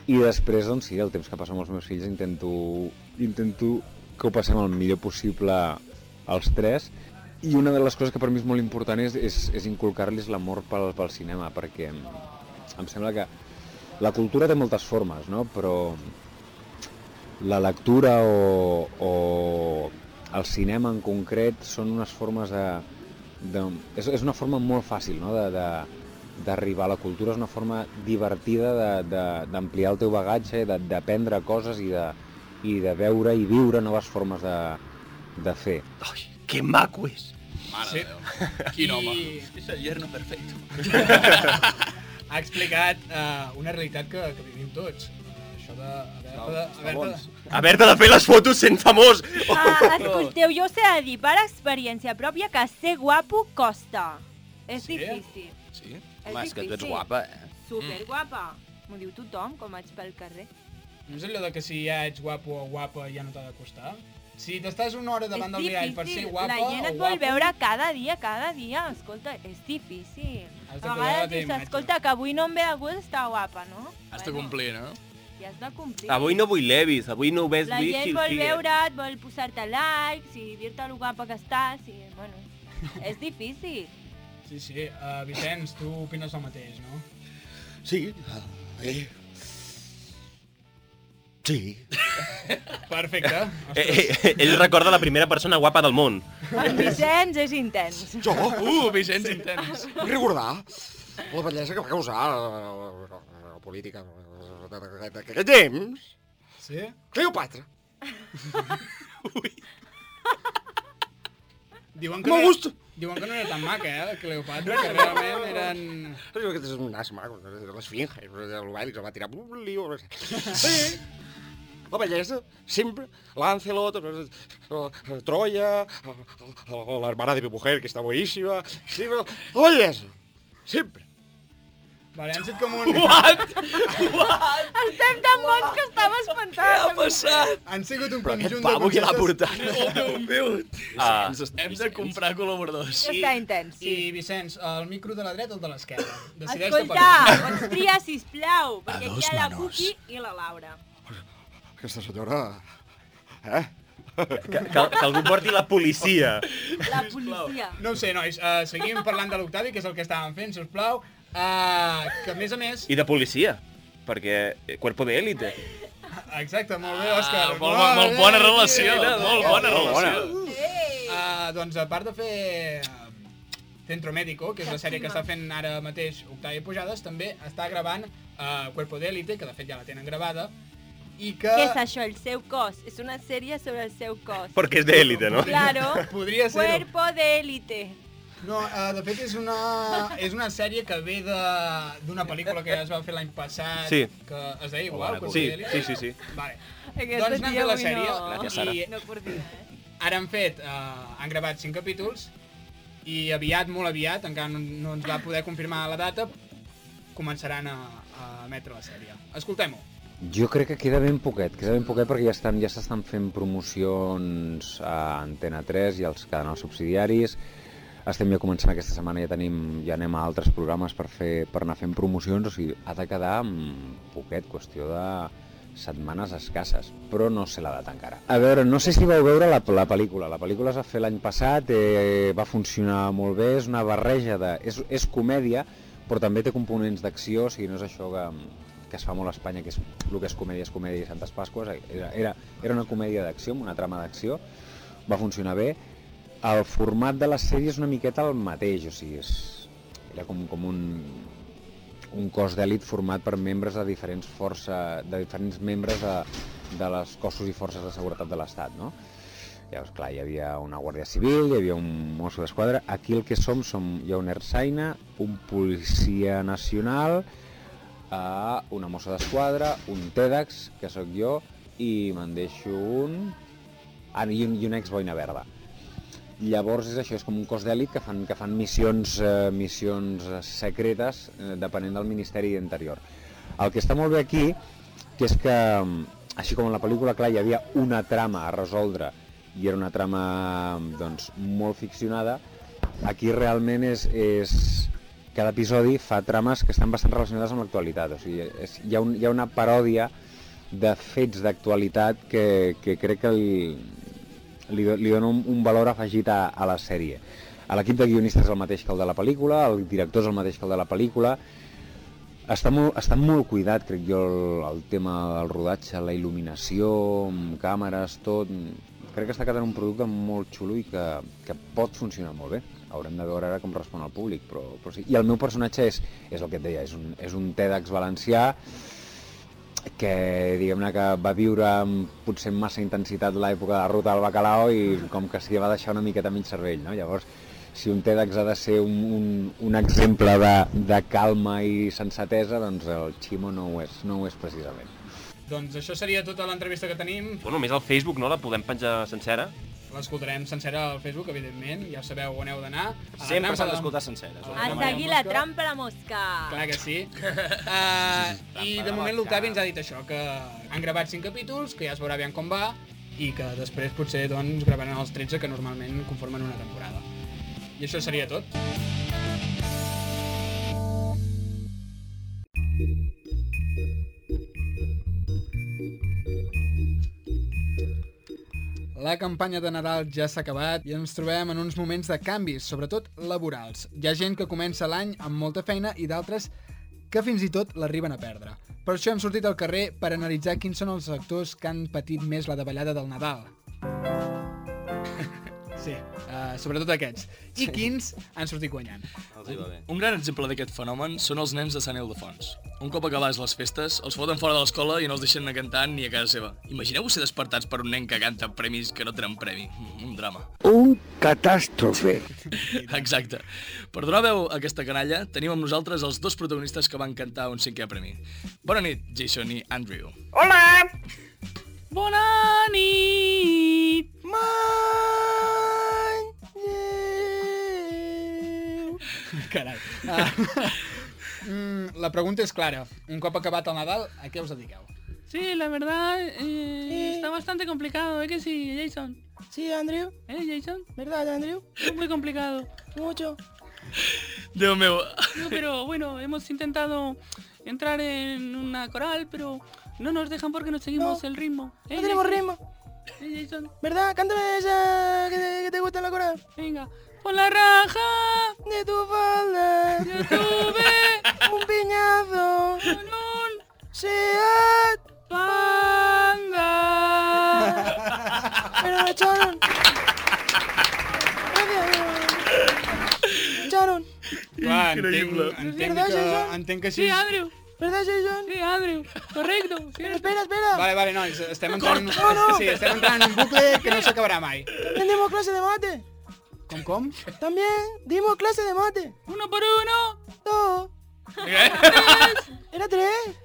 I després, doncs sí, el temps que passo amb els meus fills intento, intento que ho passem el millor possible els tres i una de les coses que per mi és molt important és, és, és inculcar-los l'amor pel, pel cinema perquè em sembla que la cultura té moltes formes, no? però la lectura o, o el cinema en concret són unes formes de... de és, és una forma molt fàcil no? de- de- d'arribar a la cultura, és una forma divertida de- de- d'ampliar el teu bagatge, de- d'aprendre coses i de, i de veure i viure noves formes de, de fer. Ai, que maco és!
Mare sí. de Déu. Quin home. És el yerno perfecto.
ha explicat uh, una realitat que, que vivim tots. Eh, Això de... haver-te de- haver-te de-
Haver-te de fer les fotos sent famós!
Ah, escolteu, jo us he de dir per experiència pròpia que ser guapo costa. És
Sí?
difícil.
Sí?
És
Home, és que tu ets
difícil.
guapa, eh?
Superguapa. M'ho diu tothom quan vaig pel carrer.
Mm. No és allò de que si ja ets guapo o guapa ja no t'ha de costar? Si t'estàs una hora
és
davant del mirall per ser
difícil.
guapa
La gent
o
et
guapo...
vol veure cada dia, cada dia. Escolta, és difícil. A
Has de cuidar la
vegades
teva
dius,
imatge.
escolta, que avui no em ve de gust estar guapa, no?
Has de complir, no?
I has de complir.
Avui no vull Levis, avui no ho ves
La
vull
gent vol veure't, vol posar-te likes i dir-te lo guapa que estàs i, bueno, és difícil.
Sí, sí. Uh, Vicenç, tu opines el mateix, no?
Sí. Eh. Sí.
Perfecte.
Eh, eh, eh, ell recorda la primera persona guapa del món.
El Vicenç és intens.
Jo? Uh,
Vicenç intens.
Vull recordar la bellesa que va causar la, la, la, la política d'aquell temps.
Sí?
Cleopatra.
Diuen
M'ha
no,
gust.
diuen que no era tan maca, eh, Cleopatra, que realment eren...
Jo Aquest és un nas maco, l'esfinge, l'Obèlix el va tirar un lío. no sé. Sí, la bellesa, eh? sempre, l'Ancelot, eh, eh, Troia, eh, eh, l'hermana de mi mujer, que està boíssima, sempre, la bellesa, sempre.
Vale, han set com un...
What?
What? Estem tan bons que estaves pensant.
Què ha passat? Han sigut un
Però aquest
conjunt
pavo qui l'ha
conceptes-
portat? Oh, meu
Ah.
Hem de comprar col·laboradors.
Està intens, sí.
I Vicenç, el micro de la dreta o el de l'esquerra? Decideix tu
Escolta, pots triar, sisplau, perquè aquí
dos
hi ha la
manos.
Cuqui i la Laura.
Aquesta senyora... Eh?
Que, que, que algú porti la policia.
La policia.
No ho sé, nois, uh, seguim parlant de l'Octavi, que és el que estàvem fent, si us plau. Uh, que a més a més...
I de policia, perquè eh, cuerpo de élite.
Exacte, molt bé, Òscar. eh,
Ah, molt bo- molt bona relació, molt bona
molt
relació.
Ah, eh, doncs a part de fer eh, Centro Médico, que és la sèrie que està fent ara mateix Octavia Pujades, també està gravant eh, Cuerpo de Élite, que de fet ja la tenen gravada, i que...
Què és això, el seu cos? És una sèrie sobre el seu cos.
Perquè és de élite, no?
Claro.
Podria ser-ho.
Cuerpo de élite.
No, uh, de fet és una, és una sèrie que ve de- d'una pel·lícula que es va fer l'any passat,
Sí.
que es
Hola,
deia igual,
bona
Cuerpo
Sí,
de Élite.
sí, sí, sí.
Vale.
Aquesta
doncs anem
tia
a la
avui
sèrie.
no-
Gràcies, Sara.
I
No coordina,
Ara han fet, eh, han gravat 5 capítols i aviat, molt aviat, encara no, no ens va poder confirmar la data, començaran a, a emetre la sèrie. Escoltem-ho.
Jo crec que queda ben poquet, queda ben poquet perquè ja estan ja s'estan fent promocions a Antena 3 i als canals subsidiaris. Estem ja començant aquesta setmana, ja tenim ja anem a altres programes per fer per anar fent promocions, o sigui, ha de quedar amb poquet, mm, qüestió de setmanes escasses, però no sé la data encara. A veure, no sé si vau veure la, la pel·lícula. La pel·lícula es va fer l'any passat, eh, va funcionar molt bé, és una barreja de... És, és comèdia, però també té components d'acció, o sigui, no és això que, que es fa molt a Espanya, que és el que és comèdia, és comèdia i Santes Pasques. Era, era, era una comèdia d'acció, amb una trama d'acció, va funcionar bé. El format de la sèrie és una miqueta el mateix, o sigui, és, era com, com un, un cos d'èlit format per membres de diferents forces, de diferents membres de, de les cossos i forces de seguretat de l'Estat, no? Llavors, clar, hi havia una Guàrdia Civil, hi havia un mosso d'esquadra, aquí el que som, som hi ha un Ersaina, un policia nacional, eh, una mossa d'esquadra, un TEDx, que sóc jo, i me'n deixo un... Ah, i un, i un ex-boina verda. Llavors és això, és com un cos d'èlit que fan, que fan missions, eh, missions secretes eh, depenent del Ministeri d'Interior. El que està molt bé aquí, que és que, mm, així com en la pel·lícula, clar, hi havia una trama a resoldre i era una trama doncs, molt ficcionada, aquí realment és, és... cada episodi fa trames que estan bastant relacionades amb l'actualitat, o sigui, és, hi, ha un, hi ha una paròdia de fets d'actualitat que, que crec que el, li, li dona un, un valor afegit a, a la sèrie. L'equip de guionistes és el mateix que el de la pel·lícula, el director és el mateix que el de la pel·lícula, està molt, està molt cuidat, crec jo, el, el tema del rodatge, la il·luminació, amb càmeres, tot... Crec que està quedant un producte molt xulo i que, que pot funcionar molt bé. Haurem de veure ara com respon al públic, però, però sí. I el meu personatge és, és el que et deia, és un, és un TEDx valencià, que diguem-ne que va viure amb, potser amb massa intensitat l'època de la ruta del bacalao i com que s'hi va deixar una miqueta mig cervell, no? Llavors, si un TEDx ha de ser un, un, un exemple de, de calma i sensatesa, doncs el Ximo no ho és, no ho és precisament.
Doncs això seria tota l'entrevista que tenim.
Bueno, més al Facebook, no? La podem penjar sencera?
L'escoltarem sencera al Facebook, evidentment, ja sabeu on heu d'anar. A la
Sempre
trampa
s'han
de-
d'escoltar senceres.
a la
Ens
trampa de
aquí la
mosca.
trampa la mosca.
doncs. Clar que sí. Uh, I de moment l'Octavi ens ha dit això, que han gravat 5 capítols, que ja es veurà aviam com va, i que després potser doncs, gravaran els 13 que normalment conformen una temporada. I això seria tot. La campanya de Nadal ja s'ha acabat i ens trobem en uns moments de canvis, sobretot laborals. Hi ha gent que comença l'any amb molta feina i d'altres que fins i tot l'arriben a perdre. Per això hem sortit al carrer per analitzar quins són els sectors que han patit més la davallada del Nadal. Sí, uh, sobretot aquests. I quins han sortit guanyant.
Un gran exemple d'aquest fenomen són els nens de Sant Ildefons. Un cop acabades les festes, els foten fora de l'escola i no els deixen anar cantant ni a casa seva. Imagineu-vos ser despertats per un nen que canta premis que no tenen premi. Mm, Un drama.
Un catàstrofe.
Exacte. Per donar veu a aquesta canalla, tenim amb nosaltres els dos protagonistes que van cantar un cinquè premi. Bona nit, Jason i Andrew.
Hola!
Bona nit!
Carai. Uh, mm, la pregunta és clara. Un cop acabat el Nadal, a què us dediqueu?
Sí, la verdad eh, está bastante complicado, ¿eh que sí, Jason? Sí, Andrew. ¿Eh, Jason? ¿Verdad, Andrew? Es muy complicado. Mucho.
Déu meu,
No, pero bueno, hemos intentado entrar en una coral, pero no nos dejan porque no seguimos el ritmo.
no tenemos ritmo.
¿Eh, Jason?
¿Verdad? Cántame esa que te, que te gusta en la coral.
Venga. Por la raja
de tu falda.
Yo tuve
un piñazo
con un
Seat
Panda.
Pero me echaron. Gracias. Me echaron.
Clar, entenc,
Increïble.
entenc, que, entenc que
Sí,
així...
Andrew.
¿Verdad, Jason?
Sí, Andrew. Correcto.
Espera, espera.
Vale, vale, nois, estem entrant, en un...
No, no.
Sí, estem entrant en un bucle que no s'acabarà mai.
Tenemos clase de mate.
¿Con com?
También dimos clase de mate.
Uno por uno.
Dos.
¿Qué?
¿Era tres?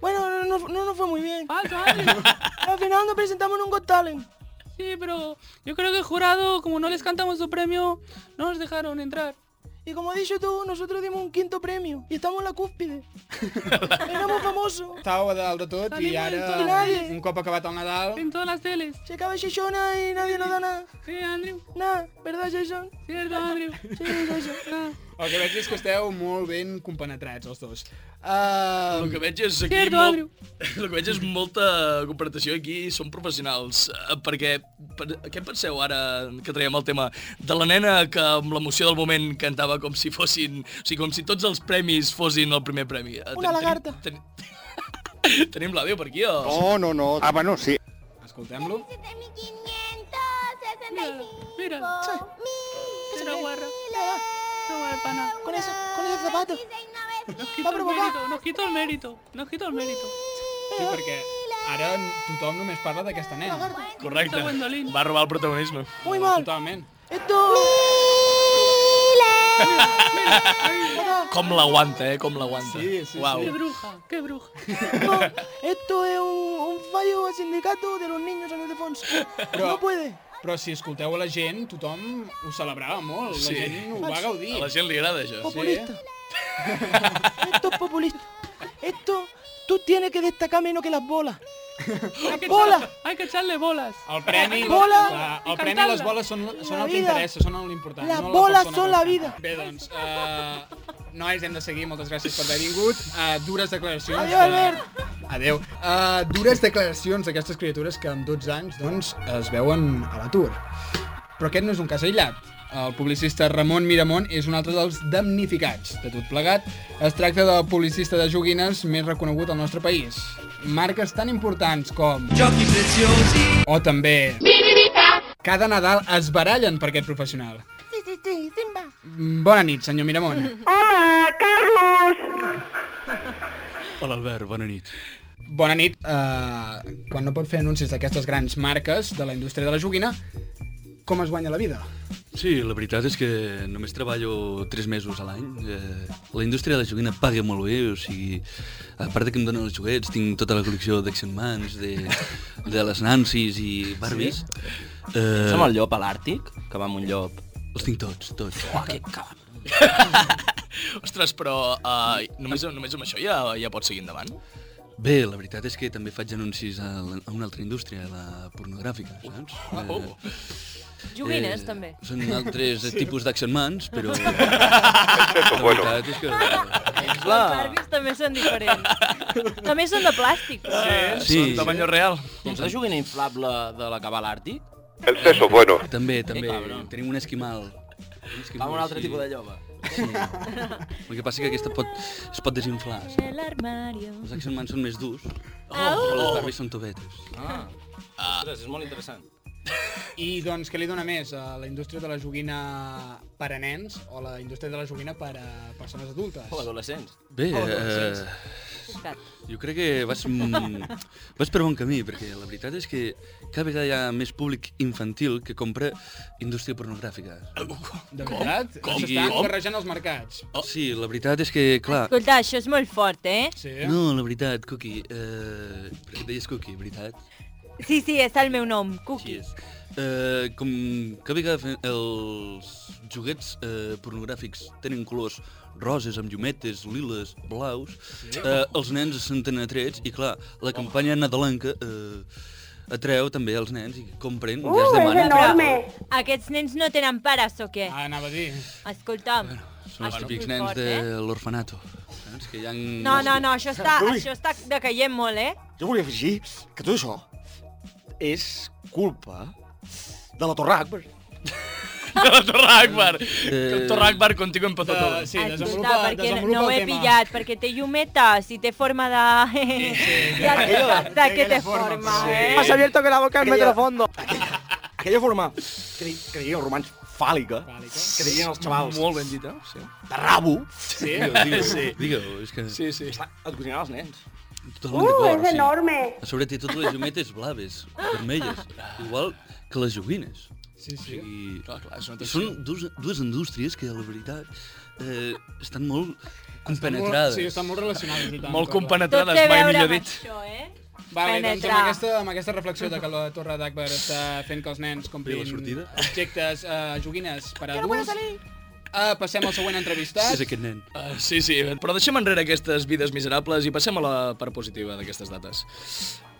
Bueno, no, no, no nos fue muy bien.
Falta, Andrew.
Al final nos presentamos en un Got Talent.
Sí, pero yo creo que el jurado, como no les cantamos su premio, no nos dejaron entrar.
Y como has dicho tú, nosotros dimos un quinto premio y estamos en la cúspide. Éramos famosos.
Estau a dalt de tot i
Tenim
ara,
el Nadal.
un cop acabat el Nadal...
En todas las teles.
Se acaba Shishona y nadie nos da nada.
Sí, Andrew.
Nada, ¿verdad, Jason?
Cierto, Andrew.
Sí, Jason.
Nada.
El que veig és que esteu molt ben compenetrats, els dos. Uh...
El que veig és aquí... molt... El que veig és molta comparació aquí, som professionals, eh, perquè per, què penseu ara que traiem el tema de la nena que amb l'emoció del moment cantava com si fossin, o sigui, com si tots els premis fossin el primer premi? Eh, ten-
Una lagarta.
Ten, ten, tenim l'àudio per aquí o...?
No, no, no. Ah, bueno, sí.
Escoltem-lo.
Mira, mira. Es una guarra. Una guarra pana.
Con eso, con esos zapatos.
Nos quito el mérito, nos quito el mérito, nos quito el mèrito.
Sí, perquè ara tothom només parla d'aquesta nena.
Correcte.
Gwendolyn.
Va robar el protagonisme.
Muy mal. Totalment.
Esto...
Com l'aguanta, eh? Com l'aguanta.
Sí, sí,
Uau.
Qué bruja, qué bruja. esto es un, un fallo al sindicato de los niños en Ildefonso.
Però-
No puede.
Però si escolteu a la gent, tothom ho celebrava molt. La
Sí.
gent ho va gaudir.
A la gent li agrada, això.
Populista. Esto es populista. Esto, tú tienes que destacar menos que las bolas.
Hay que
Bola.
echar- Hay que echarle bolas.
El premi,
Bola.
la,
I
el premi i les
cantar-la.
boles són, són
La
el que
vida.
interessa, són l'important.
Las
no
bolas
persona
son
que
la
ho fa.
vida.
Bé, doncs, uh, nois, hem de seguir. Moltes gràcies per haver vingut. Uh, dures declaracions. Eh,
Adiós, Albert.
Adéu. Uh, dures declaracions d'aquestes criatures que amb 12 anys doncs, es veuen a l'atur. Però aquest no és un cas aïllat. El publicista Ramon Miramont és un altre dels damnificats. De tot plegat, es tracta del publicista de joguines més reconegut al nostre país. Marques tan importants com... Jockey Preciosi! O també... Cada Nadal es barallen per aquest professional.
Sí, sí, sí, Simba.
Mm, Bona nit, senyor Miramont.
Hola, Carlos.
Hola, Albert, bona nit.
Bona nit. Uh, quan no pot fer anuncis d'aquestes grans marques de la indústria de la joguina, com es guanya la vida?
Sí, la veritat és que només treballo 3 mesos a l'any. Eh, la indústria de la joguina paga molt bé, o sigui, a part de que em donen els joguets, tinc tota la col·lecció d'Action Mans, de, de les Nancy's i Barbies. Sí? Eh,
Som el llop a l'Àrtic, que va amb un llop.
Els tinc tots, tots.
Oh, que cabron.
Ostres, però uh, només, només amb això ja, ja pots seguir endavant?
Bé, la veritat és que també faig anuncis a, la- a una altra indústria, a la pornogràfica, saps? Eh,
Ah, oh.
Joguines, també.
Són altres
Sí.
tipus d'action mans, però... la veritat és que...
Els Barbies també són diferents. També són de plàstic. Però...
Sí. Són tamaño
real.
Tens la joguina inflable de la que va a l'Àrtic?
El peso bueno. També, també.
cabron.
Tenim un esquimal. Un
Va amb un altre
sí.
tipus de lloba.
El que passa que aquesta pot, es pot desinflar. saps?
De l'armario.
Els action mans són més durs,
Au!
però les Barbies són tobetes.
Ah. Ostres, és molt interessant.
I doncs què li dona més? A la indústria de la joguina per a nens o la indústria de la joguina per a persones adultes?
O adolescents.
Bé,
O
eh,
adolescents.
jo crec que vas, mm, vas per bon camí, perquè la veritat és que cada vegada hi ha més públic infantil que compra indústria pornogràfica.
De veritat?
Com?
S'estan
Com?
barrejant els mercats.
Sí, la veritat és que, clar...
Escolta, això és molt fort, eh?
Sí.
No, la veritat, Cookie, eh, perquè et deies Cookie, veritat?
Sí, sí, és el meu nom, Cookie.
és. Eh, com cada vegada fe- els joguets eh, pornogràfics tenen colors roses, amb llumetes, liles, blaus,
Sí.
eh, els nens es senten atrets i, clar, la campanya nadalenca eh, atreu també els nens i compren, ja es demanen.
Però Aquests nens no tenen pares o què?
Ah, anava a dir.
Escolta'm.
Són els
això és
típics
molt
nens
fort,
de
eh?
l'orfanato. Saps? Que hi ha...
No, no, no, això està,
Ui.
això està decaient molt, eh?
Jo volia afegir que tot això és culpa de la Torre Akbar.
De la Torre Akbar. Eh... Torre Akbar, contigo empezó
Eh,
todo.
sí,
Ah, Escolta, perquè no ho he pillat, perquè té llumetes i té forma de... de, de, de què té forma, eh?
Has abierto que la boca es
Aquella-
metrofondo.
Aquella forma que, di- que diuen els romans fàl·lica, que diuen els xavals
Molt ben dit, eh? Sí.
de rabo.
Sí.
Digue-ho,
Sí.
digue-ho, digue-ho, és que...
Sí, sí.
Et cuinaran els nens.
Totalment
Uh,
d'acord,
és enorme.
A sobre té totes les llumetes blaves, vermelles, igual que les joguines.
Sí, sí.
O sigui,
clar, clar, és una
i
atracció.
són dues, dues indústries que, la veritat, eh, estan molt compenetrades.
Sí, estan molt relacionades. i tant,
Molt
clar.
compenetrades, Tot té mai a veure millor amb dit.
Això, eh?
Vale, doncs amb
Penetrar.
aquesta, amb aquesta reflexió de que la Torre d'Akbar està fent que els nens comprin objectes, uh, joguines per a adults, uh, passem al següent entrevistat.
És aquest nen.
Ah,
Uh, sí, sí, però deixem enrere aquestes vides miserables i passem a la part positiva d'aquestes dates.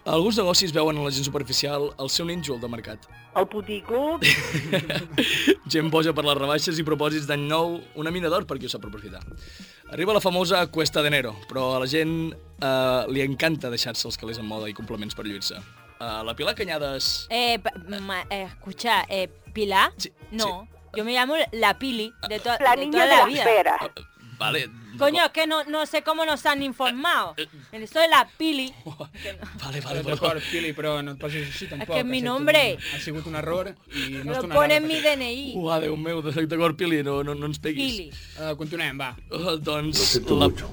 Alguns negocis veuen en la gent superficial el seu nínxol de mercat.
El puticlub...
Gent boja per les rebaixes i propòsits d'any nou, una mina d'or per qui ho sap aprofitar. Arriba la famosa Cuesta de Enero, però a la gent eh, li encanta deixar-se els calés en moda i complements per lluir-se. Eh, la Pilar
Pues-
Canyades...
Eh, pa- ma- eh, escucha, eh, Pilar, no, yo me llamo la Pili de, to-
La
de
niña
toda
de
la
la
vida.
Ah,
esfera.
Vale,
Coño, es que no, no sé cómo nos han informado.
eh,
Soy la Pili.
Vale,
vale, D'acord, Pili, però no et posis així tampoc.
que és mi
ha sigut
nombre.
un- Ha sigut un error i no
Lo
és un
pone en
error.
mi DNI.
Uah, Déu meu, d'acord, Pili, no, no, no ens peguis.
Pili.
Uh, continuem, va.
Uh, doncs...
Lo siento mucho.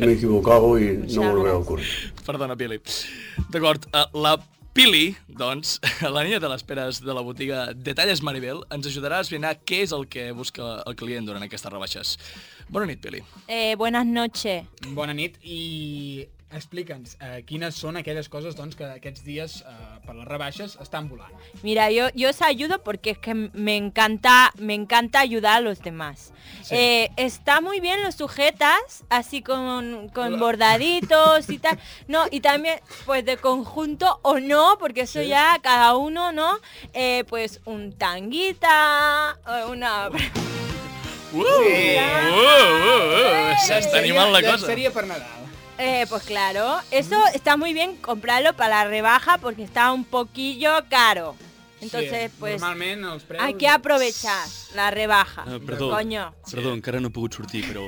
Me he equivocado y no me volverá a ocurrir.
Perdona, Pili. D'acord, eh, la Pili, doncs, la nina de les peres de la botiga Detalles Maribel, ens ajudarà a esbrinar què és el que busca el client durant aquestes rebaixes. Bona nit, Pili.
Eh, buenas noches.
Bona nit i explica'ns eh, quines són aquelles coses doncs, que aquests dies eh, per les rebaixes estan volant.
Mira, yo, yo os ayudo porque es que me encanta, me encanta ayudar a los demás.
Sí.
Eh, está muy bien los sujetas, así con, con
Hola.
bordaditos y tal. No, y también, pues de conjunto o no, porque eso ya cada uno, ¿no? Eh, pues un tanguita, eh, una...
Uh, uh, uh, S'està animant la
Seria-
cosa.
Seria per Nadal.
Eh, pues claro, eso está muy bien comprarlo para la rebaja porque está un poquillo caro. Entonces,
sí,
pues
Normalment els preus...
hay que aprovechar la rebaja.
Ah, perdó,
Coño.
perdó, encara no he pogut sortir, però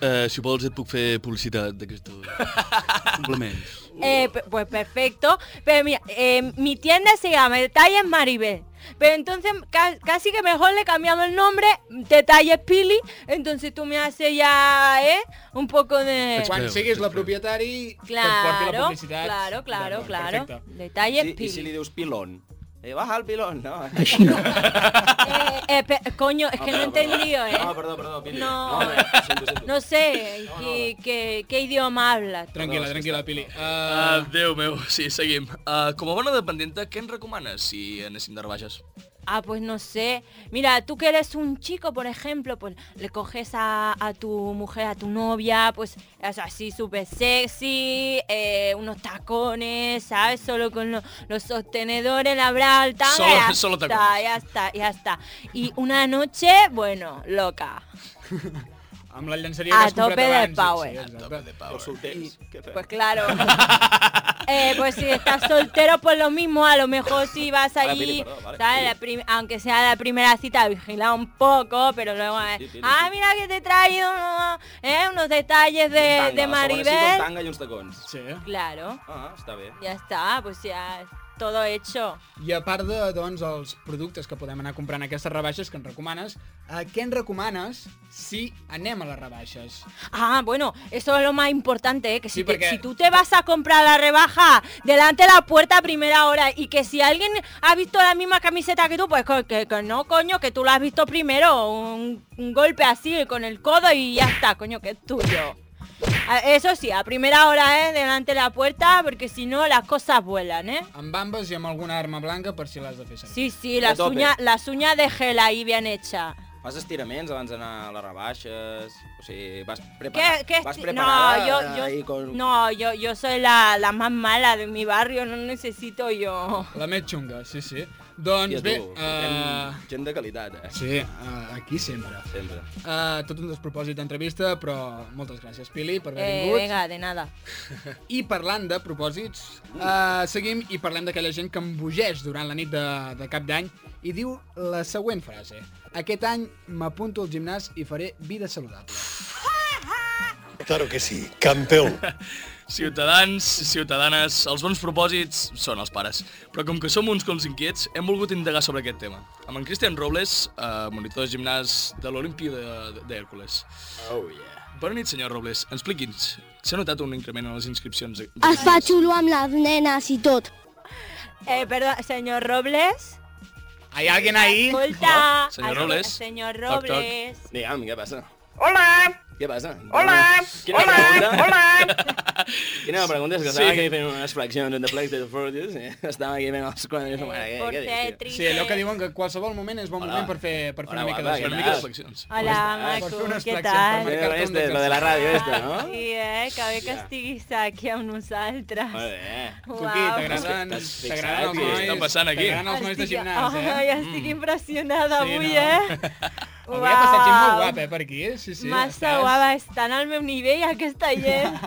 eh, si vols et puc fer publicitat d'aquestos complements.
Eh, pe- pues perfecto. Pero mira, eh, mi tienda se llama Detalles Maribel. Pero entonces ca- casi que mejor le cambiamos el nombre, Detalles Pili. Entonces tú me haces ya, ¿eh? Un poco de...
Quan siguis la propietari, que et porti la
Claro,
publicitat.
claro, claro,
D'acord,
claro.
perfecte.
Detalles
I
Pili.
si li dius pilón? Eh, baja el pilón, no?
Eh, eh, pe- coño, es que no he entendido, ¿eh?
Ah, No, perdó, perdó, Pili.
No.
no, eh, ho sento, ho sento.
No sé qué, qué- qué idioma hablas.
Tranquil·la, tranquil·la, Pili. Eh,
Uh, Déu meu, sí, seguim. Uh, com a bona dependenta, què ens recomanes si anéssim de rebaixes?
Ah, pues no sé. Mira, tú que eres un chico, por ejemplo, pues le coges a, a tu mujer, a tu novia, pues es así súper sexy, eh, unos tacones, ¿sabes? Solo con lo- los sostenedores, la bralta.
Solo-
ya
solo
está,
tacones.
Ya está, ya está. Y una noche, bueno, loca.
Amb la llançaria
A
que has comprat
tope de
abans.
power.
Sí, sí, a tope de
power. Els solters, que feo.
Pues claro. Eh, pues si estás soltero, pues lo mismo, a lo mejor si vas
Vale,
allí,
Ah, Pili, perdón, vale,
¿sabes? La prim- aunque sea la primera cita, vigila un poco, pero luego, eh,
Pili,
ah, mira que te he traído no, eh, unos detalles de,
Tanga, la segona
de
cita, un
Maribel.
tanga i uns tacons.
Sí.
Claro,
Ah, està bé.
ya está, pues ya todo hecho.
I a part de, doncs, els productes que podem anar comprant a aquestes rebaixes que ens recomanes, eh, què ens recomanes si anem a les rebaixes?
Ah, bueno, eso es lo más importante, ¿eh? que si,
Sí,
te-
porque-
si tú te vas a comprar la rebaja delante de la puerta a primera hora y que si alguien ha visto la misma camiseta que tú, pues co- que, que no, coño, que tú la has visto primero, un, un golpe así con el codo y ya está, coño, que es tuyo. A- Eso sí, a primera hora, ¿eh? delante de la puerta, porque si no las cosas vuelan, ¿eh?
Amb bambes i amb alguna arma blanca per si l'has de fer servir.
Sí, sí,
A
las
tope.
uñas, las uñas de gel ahí bien hechas.
Fas estiraments abans d'anar a les rebaixes, o sigui, vas preparada.
¿Qué, qué
vas
esti-
preparada
no, yo, yo-
ahí con...
no, yo, yo soy la, la más mala de mi barrio, no necesito yo.
La més xunga, sí, sí. Doncs
Hòstia,
bé,
tu,
uh,
gent- Gent de qualitat, eh?
Sí, eh, aquí sempre.
Sempre.
uh, tot un despropòsit d'entrevista, però moltes gràcies, Pili, per haver
Eh,
vingut.
venga, de nada.
I parlant de propòsits, uh, seguim i parlem d'aquella gent que embogeix durant la nit de, de cap d'any i diu la següent frase. Aquest any m'apunto al gimnàs i faré vida saludable.
Claro que sí, campeón.
Ciutadans, ciutadanes, els bons propòsits són els pares. Però com que som uns cons inquiets, hem volgut indagar sobre aquest tema. Amb en Cristian Robles, eh, monitor de gimnàs de l'Olimpi de- d'Hèrcules.
Oh, yeah.
Bona nit, senyor Robles. Expliqui'ns, s'ha notat un increment en les inscripcions? de-
Ah,
Es fa xulo amb les nenes i tot.
Eh, perdón, señor Robles.
¿Hay alguien ahí?
Escolta.
Oh, senyor
Ay,
Robles.
Señor
Toc, toc.
Robles.
Digue'm, què passa?
Hola!
Què passa?
Hola!
Quina hola, hola! Y nada, preguntas que estaba aquí fent unes fraccions en The Place of Forties, eh? estava aquí fent els quadres, mare, què, què dius, tio?
Sí, allò que diuen que qualsevol moment és bon moment per fer, per fer
Hola,
una mica
guapa,
de...
què
Per
tal?
mica de flexions.
Pues,
Hola,
ah,
Per fer
maco,
unes
què
flexions,
tal?
per marcar
Mira,
un
este,
descans.
lo de la ràdio, este, no?
Sí, eh? Que bé que
Hòstia.
estiguis aquí amb nosaltres.
Molt bé.
Coqui, t'agraden
T'has fixat,
t'agraden els
tio?
nois...
Què està passant aquí?
T'agraden els nois de
Estic-
gimnàs, eh?
Ai, estic impressionada
Sí,
avui,
no?
eh?
Avui ha passat gent molt
Uau.
guapa, eh, per aquí. Sí, sí.
Massa
estàs-
guava, estan al meu nivell aquesta gent.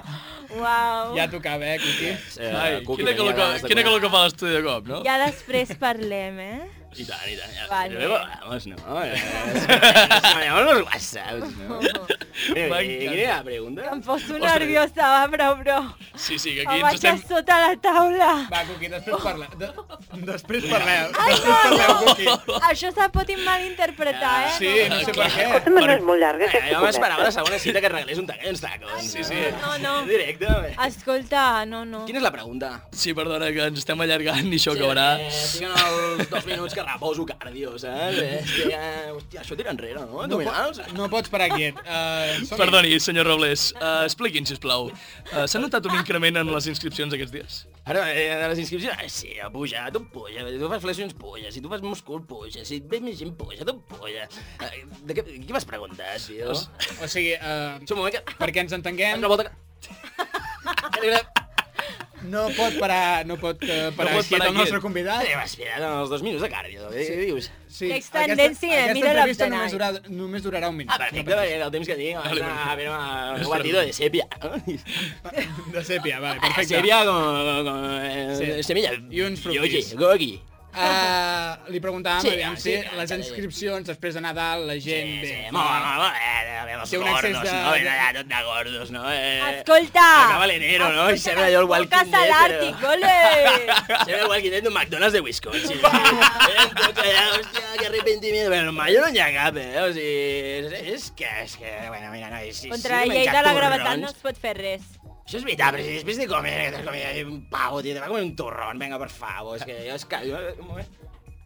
Uau.
Ja tocava, eh, Cuqui?
Ai, quina calor, que, quina calor que fa l'estudi de cop, no?
Ja després parlem, eh?
I tant, i tant. Ja,
Vale.
Luego hablamos, ¿no? eh. Llamamos los WhatsApps, ¿no? Mira, ¿y- y ¿Quién era la pregunta?
Oh. Em poso
Ostres.
nerviosa, va, però, però.
Sí, sí,
que
Em vaig a sota la taula.
Va, Cuqui, després parla. De... Després parleu.
Ai,
Després
no,
parleu,
no.
Cuqui.
Això se pot malinterpretar, eh?
Ah, Sí, no sé per què.
Cosa no és
molt llarga,
Eh, jo m'esperava la segona cita que regalés un taquet, uns tacos. Sí, sí.
No, no.
Directe.
Escolta, no, no.
Quina és la pregunta?
Sí, perdona, que ens estem allargant i això
Sí,
acabarà...
Eh, fiquen els dos minuts que reposo cardio, saps? Eh, hòstia, hòstia, això tira enrere, no?
No
Abdominals?
No pots parar quiet. Uh,
Perdoni, senyor Robles, uh, expliqui'n, sisplau. Uh, S'ha notat un increment en les inscripcions aquests dies?
Ara, eh, de les inscripcions, ah, sí, ha pujat, tot puja, si tu fas flexions, puja, si tu fas múscul, puja, si et ve més gent, puja, tot puja. Eh, De què, què m'has preguntat, tio?
O sigui, uh,
un moment que...
perquè ens entenguem...
Una volta que...
No pot parar, no pot eh, parar,
pot
no quiet
parar
el nostre
quiet.
convidat.
Eh, vas tirant els dos minuts de cardio, eh? Què dius?
Sí,
Que extendent, sí, eh, mira la
aquesta entrevista
antena.
només durarà, només durarà un minut.
Ah, perfecte, perquè el temps que tinc, abans a veure un batido de sèpia. Ah,
De sèpia, vale, perfecte.
Sèpia com... com eh,
Sí.
Semilla.
I uns fructis.
Yogi, gogi.
Uh, li preguntàvem,
Sí,
sí, aviam,
sí,
sí, si les inscripcions després de Nadal la gent... Sí,
Eh, Molt, molt, molt, eh, eh, els
Té un excés
gordos,
de- Ah!
no? Vine allà tot de gordos, no? Eh,
Escolta!
Acaba l'enero, no? I sembla allò el Walking
Casa
Dead, però...
l'Àrtic, ole!
Sembla el Walking Dead d'un McDonald's de Wisconsin. Eh, un cotxe allà, hòstia, que arrepentiment. Bueno, mai no n'hi ha cap, eh? O sigui, és, és que, és que, bueno, mira, no, és...
Contra la llei de la gravetat no es pot fer res.
doncs. Això és veritat, però si després de comer, eh, de comer un pavo, tio, te va comer un torrón, venga, per favor, és que jo es que... Jo, un moment.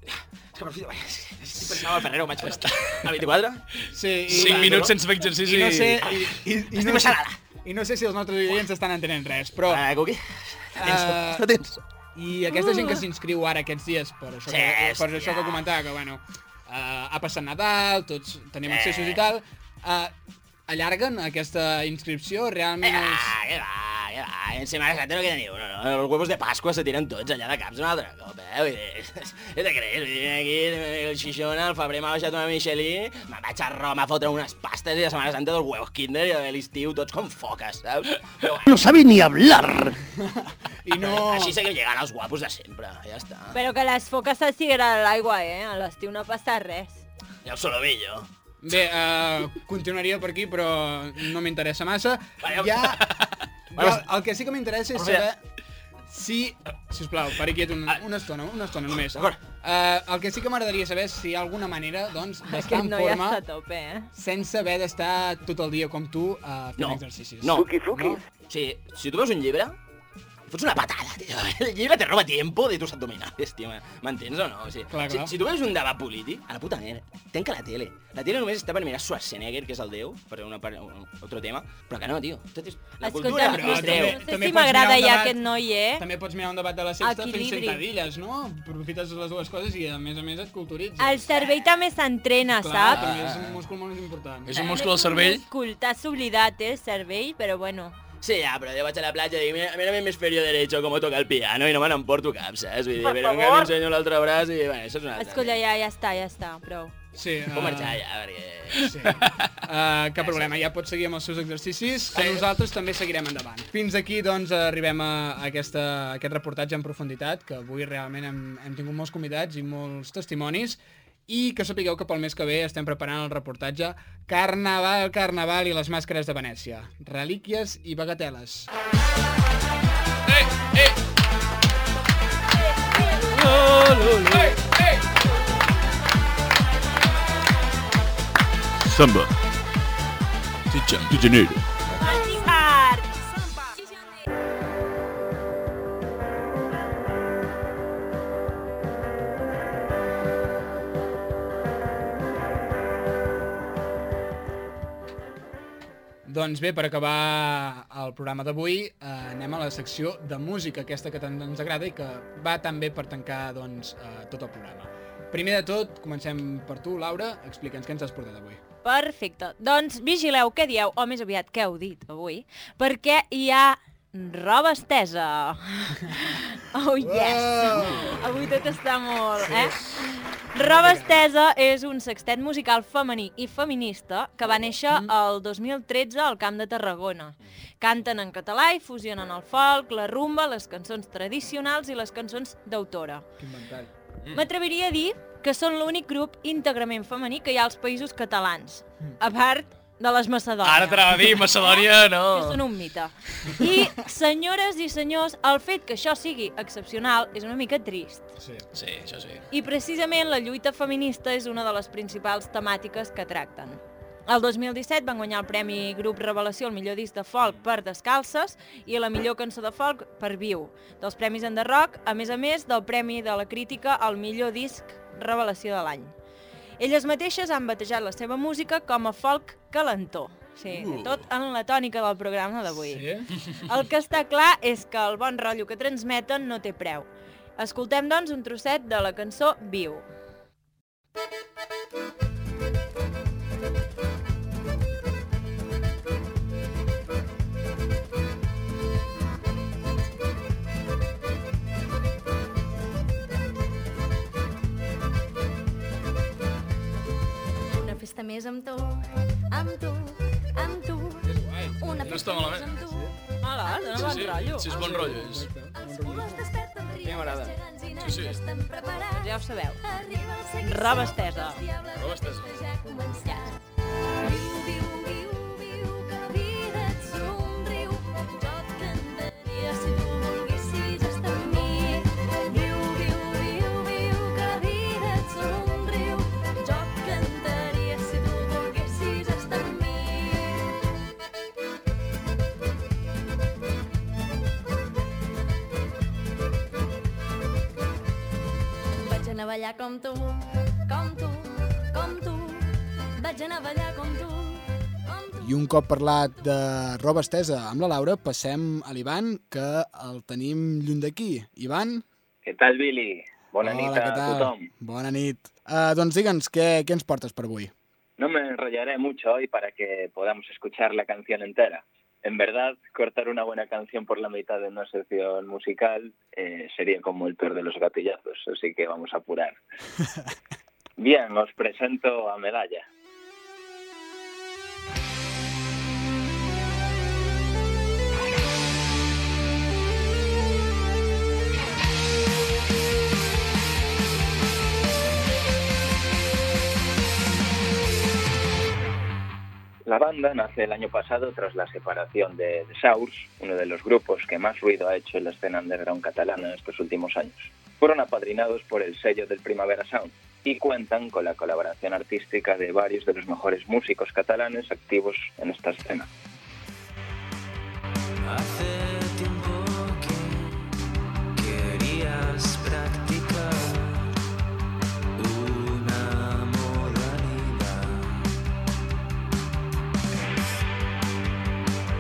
És que per fi... Estic pensant en el Ferrero, vaig estar. A 24?
Sí, i-
Cinc minuts sense fer exercici.
I no sé, i, i,
Ah.
i,
Estic
no sé,
passada.
i no sé si els nostres oients estan entenent res, però...
Ah, Cuqui,
eh,
està tens. Ah.
I aquesta gent que s'inscriu ara aquests dies per això,
Sí,
que, per
hòstia.
això que comentava, que bueno, eh, ha passat Nadal, tots tenim
Eh.
accessos i tal, eh, allarguen aquesta inscripció, realment és...
Ah, què va, què va. En Semana Santa no queda ni uno, no? Els huevos de Pasqua se tiren tots allà de caps un altre cop, eh? Vull dir, què te creus? Vull dir, aquí el Xixona, el febrer m'ha baixat una Michelin, me'n vaig a Roma a fotre unes pastes i la Setmana Santa dos huevos Kinder i a l'estiu tots com foques, saps? Però bueno,
No sabe ni hablar.
I no...
Així seguim llegant els guapos de sempre, ja està.
Però que les foques se'ls tira a l'aigua, eh? A l'estiu no passa res.
Ja ho solovillo.
Bé, eh, continuaria per aquí, però no m'interessa massa. Ja, ja,
Bueno,
el que sí que m'interessa és
Home, ja.
saber si... Sisplau, pari quiet un, una estona, una estona només. Eh, el que sí que m'agradaria saber és si hi ha alguna manera, doncs, d'estar
Aquest
en
noi
forma
està a tope, eh?
sense haver d'estar tot el dia com tu eh, fent
No.
exercicis.
No. No. Sí, si tu veus un llibre, fots una patada, tio. El llibre te roba tiempo de tus abdominales, tio. M'entens o no? O sigui,
Clar, clar.
Si, si tu veus un debat polític, a la puta merda, tanca la tele. La tele només està per mirar Schwarzenegger, que és el déu, per una part, un, altre tema, però que no, tio. Tot és... La cultura
Escolta,
no
no
és
sé,
déu.
no sé si m'agrada ja aquest noi, eh?
També pots mirar un debat de la sexta fent
Equilibri.
sentadilles, no? Aprofites les dues coses i, a més a més, et culturitzes.
El cervell també s'entrena,
Clar, també és
saps?
un múscul molt important.
És un múscul al cervell?
Múscul, t'has oblidat, eh, el cervell, però bueno.
Sí, ja, però jo vaig a la platja i dic, mira, mira mi hemisferio derecho com toca el piano i no me n'emporto cap, saps? Vull dir,
Per
però encara
favor.
m'ensenyo l'altre braç i, bueno, això és una altra.
Escolta, ja, ja està, ja està, prou.
Sí, eh,
Puc marxar ja, perquè...
Sí. Uh, cap problema, ja pot seguir amb els seus exercicis, que nosaltres també seguirem endavant. Fins aquí, doncs, arribem a aquesta, a aquest reportatge en profunditat, que avui realment hem, hem tingut molts convidats i molts testimonis, i que sapigueu que pel mes que ve estem preparant el reportatge Carnaval, Carnaval i les màscares de Venècia. Relíquies i bagateles.
Samba. De janeiro.
Doncs bé, per acabar eh, al programa d'avui eh, anem a la secció de música, aquesta que tant ens agrada i que va tan bé per tancar doncs, eh, tot el programa. Primer de tot, comencem per tu, Laura. Explica'ns què ens has portat avui.
Perfecte. Doncs vigileu què dieu, o més aviat què heu dit avui, perquè hi ha roba estesa. Oh, yes! Avui tot està molt, eh? Roba Estesa és un sextet musical femení i feminista que va néixer el 2013 al Camp de Tarragona. Canten en català i fusionen el folk, la rumba, les cançons tradicionals i les cançons d'autora.
Quin ventall.
Mm.
M'atreviria a dir que són l'únic grup íntegrament femení que hi ha als països catalans, a part de les Macedònies.
Ara t'anava a dir, Macedònia, no.
Que són un mite. I, senyores i senyors, el fet que això sigui excepcional és una mica trist.
Sí. sí, això sí.
I precisament la lluita feminista és una de les principals temàtiques que tracten. El 2017 van guanyar el Premi Grup Revelació al millor disc de folk per Descalces i la millor cançó de folk per Viu. Dels Premis Enderroc, a més a més del Premi de la Crítica al millor disc Revelació de l'any. Elles mateixes han batejat la seva música com a folk calentó. Sí,
Uh.
tot en la tònica del programa d'avui.
Sí?
El que està clar és que el bon rotllo que transmeten no té preu. Escoltem, doncs, un trosset de la cançó Viu.
Una festa més amb tu, amb tu, amb tu. Una
No està malament.
Ah,
Hola, Ah, dona bon rotllo.
Ah,
Ah,
Sí, és bon rotllo. És...
Sí, m'agrada.
Sí, sí.
Doncs ja ho sabeu. Roba estesa.
Roba estesa.
Vaig anar a ballar com tu, com tu, com tu. Vaig anar a ballar com tu.
I un cop parlat de roba estesa amb la Laura, passem a l'Ivan, que el tenim lluny d'aquí. Ivan?
Què tal, Billy? Bona
Hola,
nit
què
a
tal?
tothom.
Bona nit. Uh, doncs digue'ns, què, què ens portes per avui?
No me enrollaré mucho hoy para que podamos escuchar la canción entera. En verdad, cortar una buena canción por la mitad de una sección musical eh, sería como el peor de los gatillazos, así que vamos a apurar. Bien, os presento a Medalla. La banda nace el año pasado tras la separación de, de Saurs, uno de los grupos que más ruido ha hecho en la escena underground catalana en estos últimos años. Fueron apadrinados por el sello del Primavera Sound y cuentan con la colaboración artística de varios de los mejores músicos catalanes activos en esta escena.
Hace tiempo que querías practicar una modalidad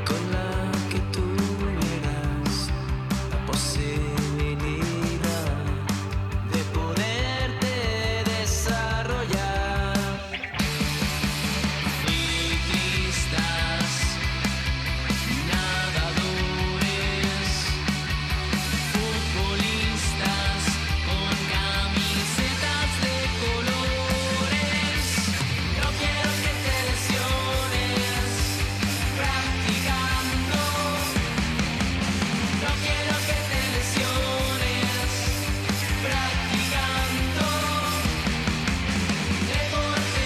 con la que tuvieras la posibilidad de poderte desarrollar y tristas. Nadadores, futbolistas con camisetas de colores. No quiero que te lesiones practicando. No quiero que te lesiones practicando. Deporte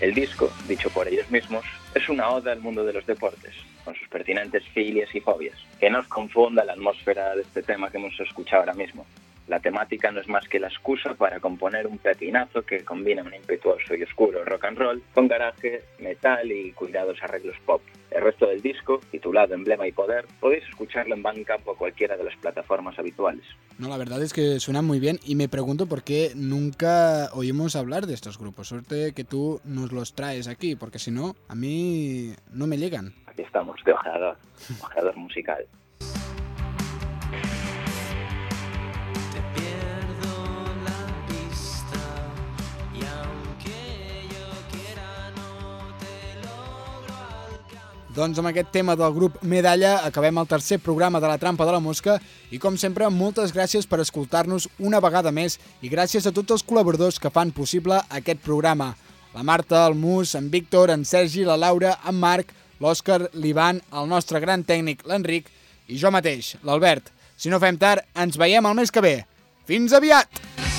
en
El disco, dicho por ellos mismos, es una oda al mundo de los deportes, con sus pertinentes filias y fobias. Que no os confunda la atmósfera de este tema que hemos escuchado ahora mismo. La temática no es más que la excusa para componer un pepinazo que combina un impetuoso y oscuro rock and roll con garaje, metal y cuidados arreglos pop. El resto del disco, titulado Emblema y Poder, podéis escucharlo en Bandcamp o cualquiera de las plataformas habituales.
No, la verdad es que suena muy bien y me pregunto por qué nunca oímos hablar de estos grupos. Suerte que tú nos los traes aquí, porque si no, a mí no me llegan.
Aquí estamos, de ojeador, ojeador musical.
Pierdo la pista y aunque yo quiera no te logro alcanzar.
Doncs amb aquest tema del grup Medalla acabem el tercer programa de la Trampa de la Mosca i com sempre moltes gràcies per escoltar-nos una vegada més i gràcies a tots els col·laboradors que fan possible aquest programa. La Marta, el Mus, en Víctor, en Sergi, la Laura, en Marc, l'Òscar, l'Ivan, el nostre gran tècnic, l'Enric i jo mateix, l'Albert. Si no fem tard, ens veiem el mes que ve. Fins aviat!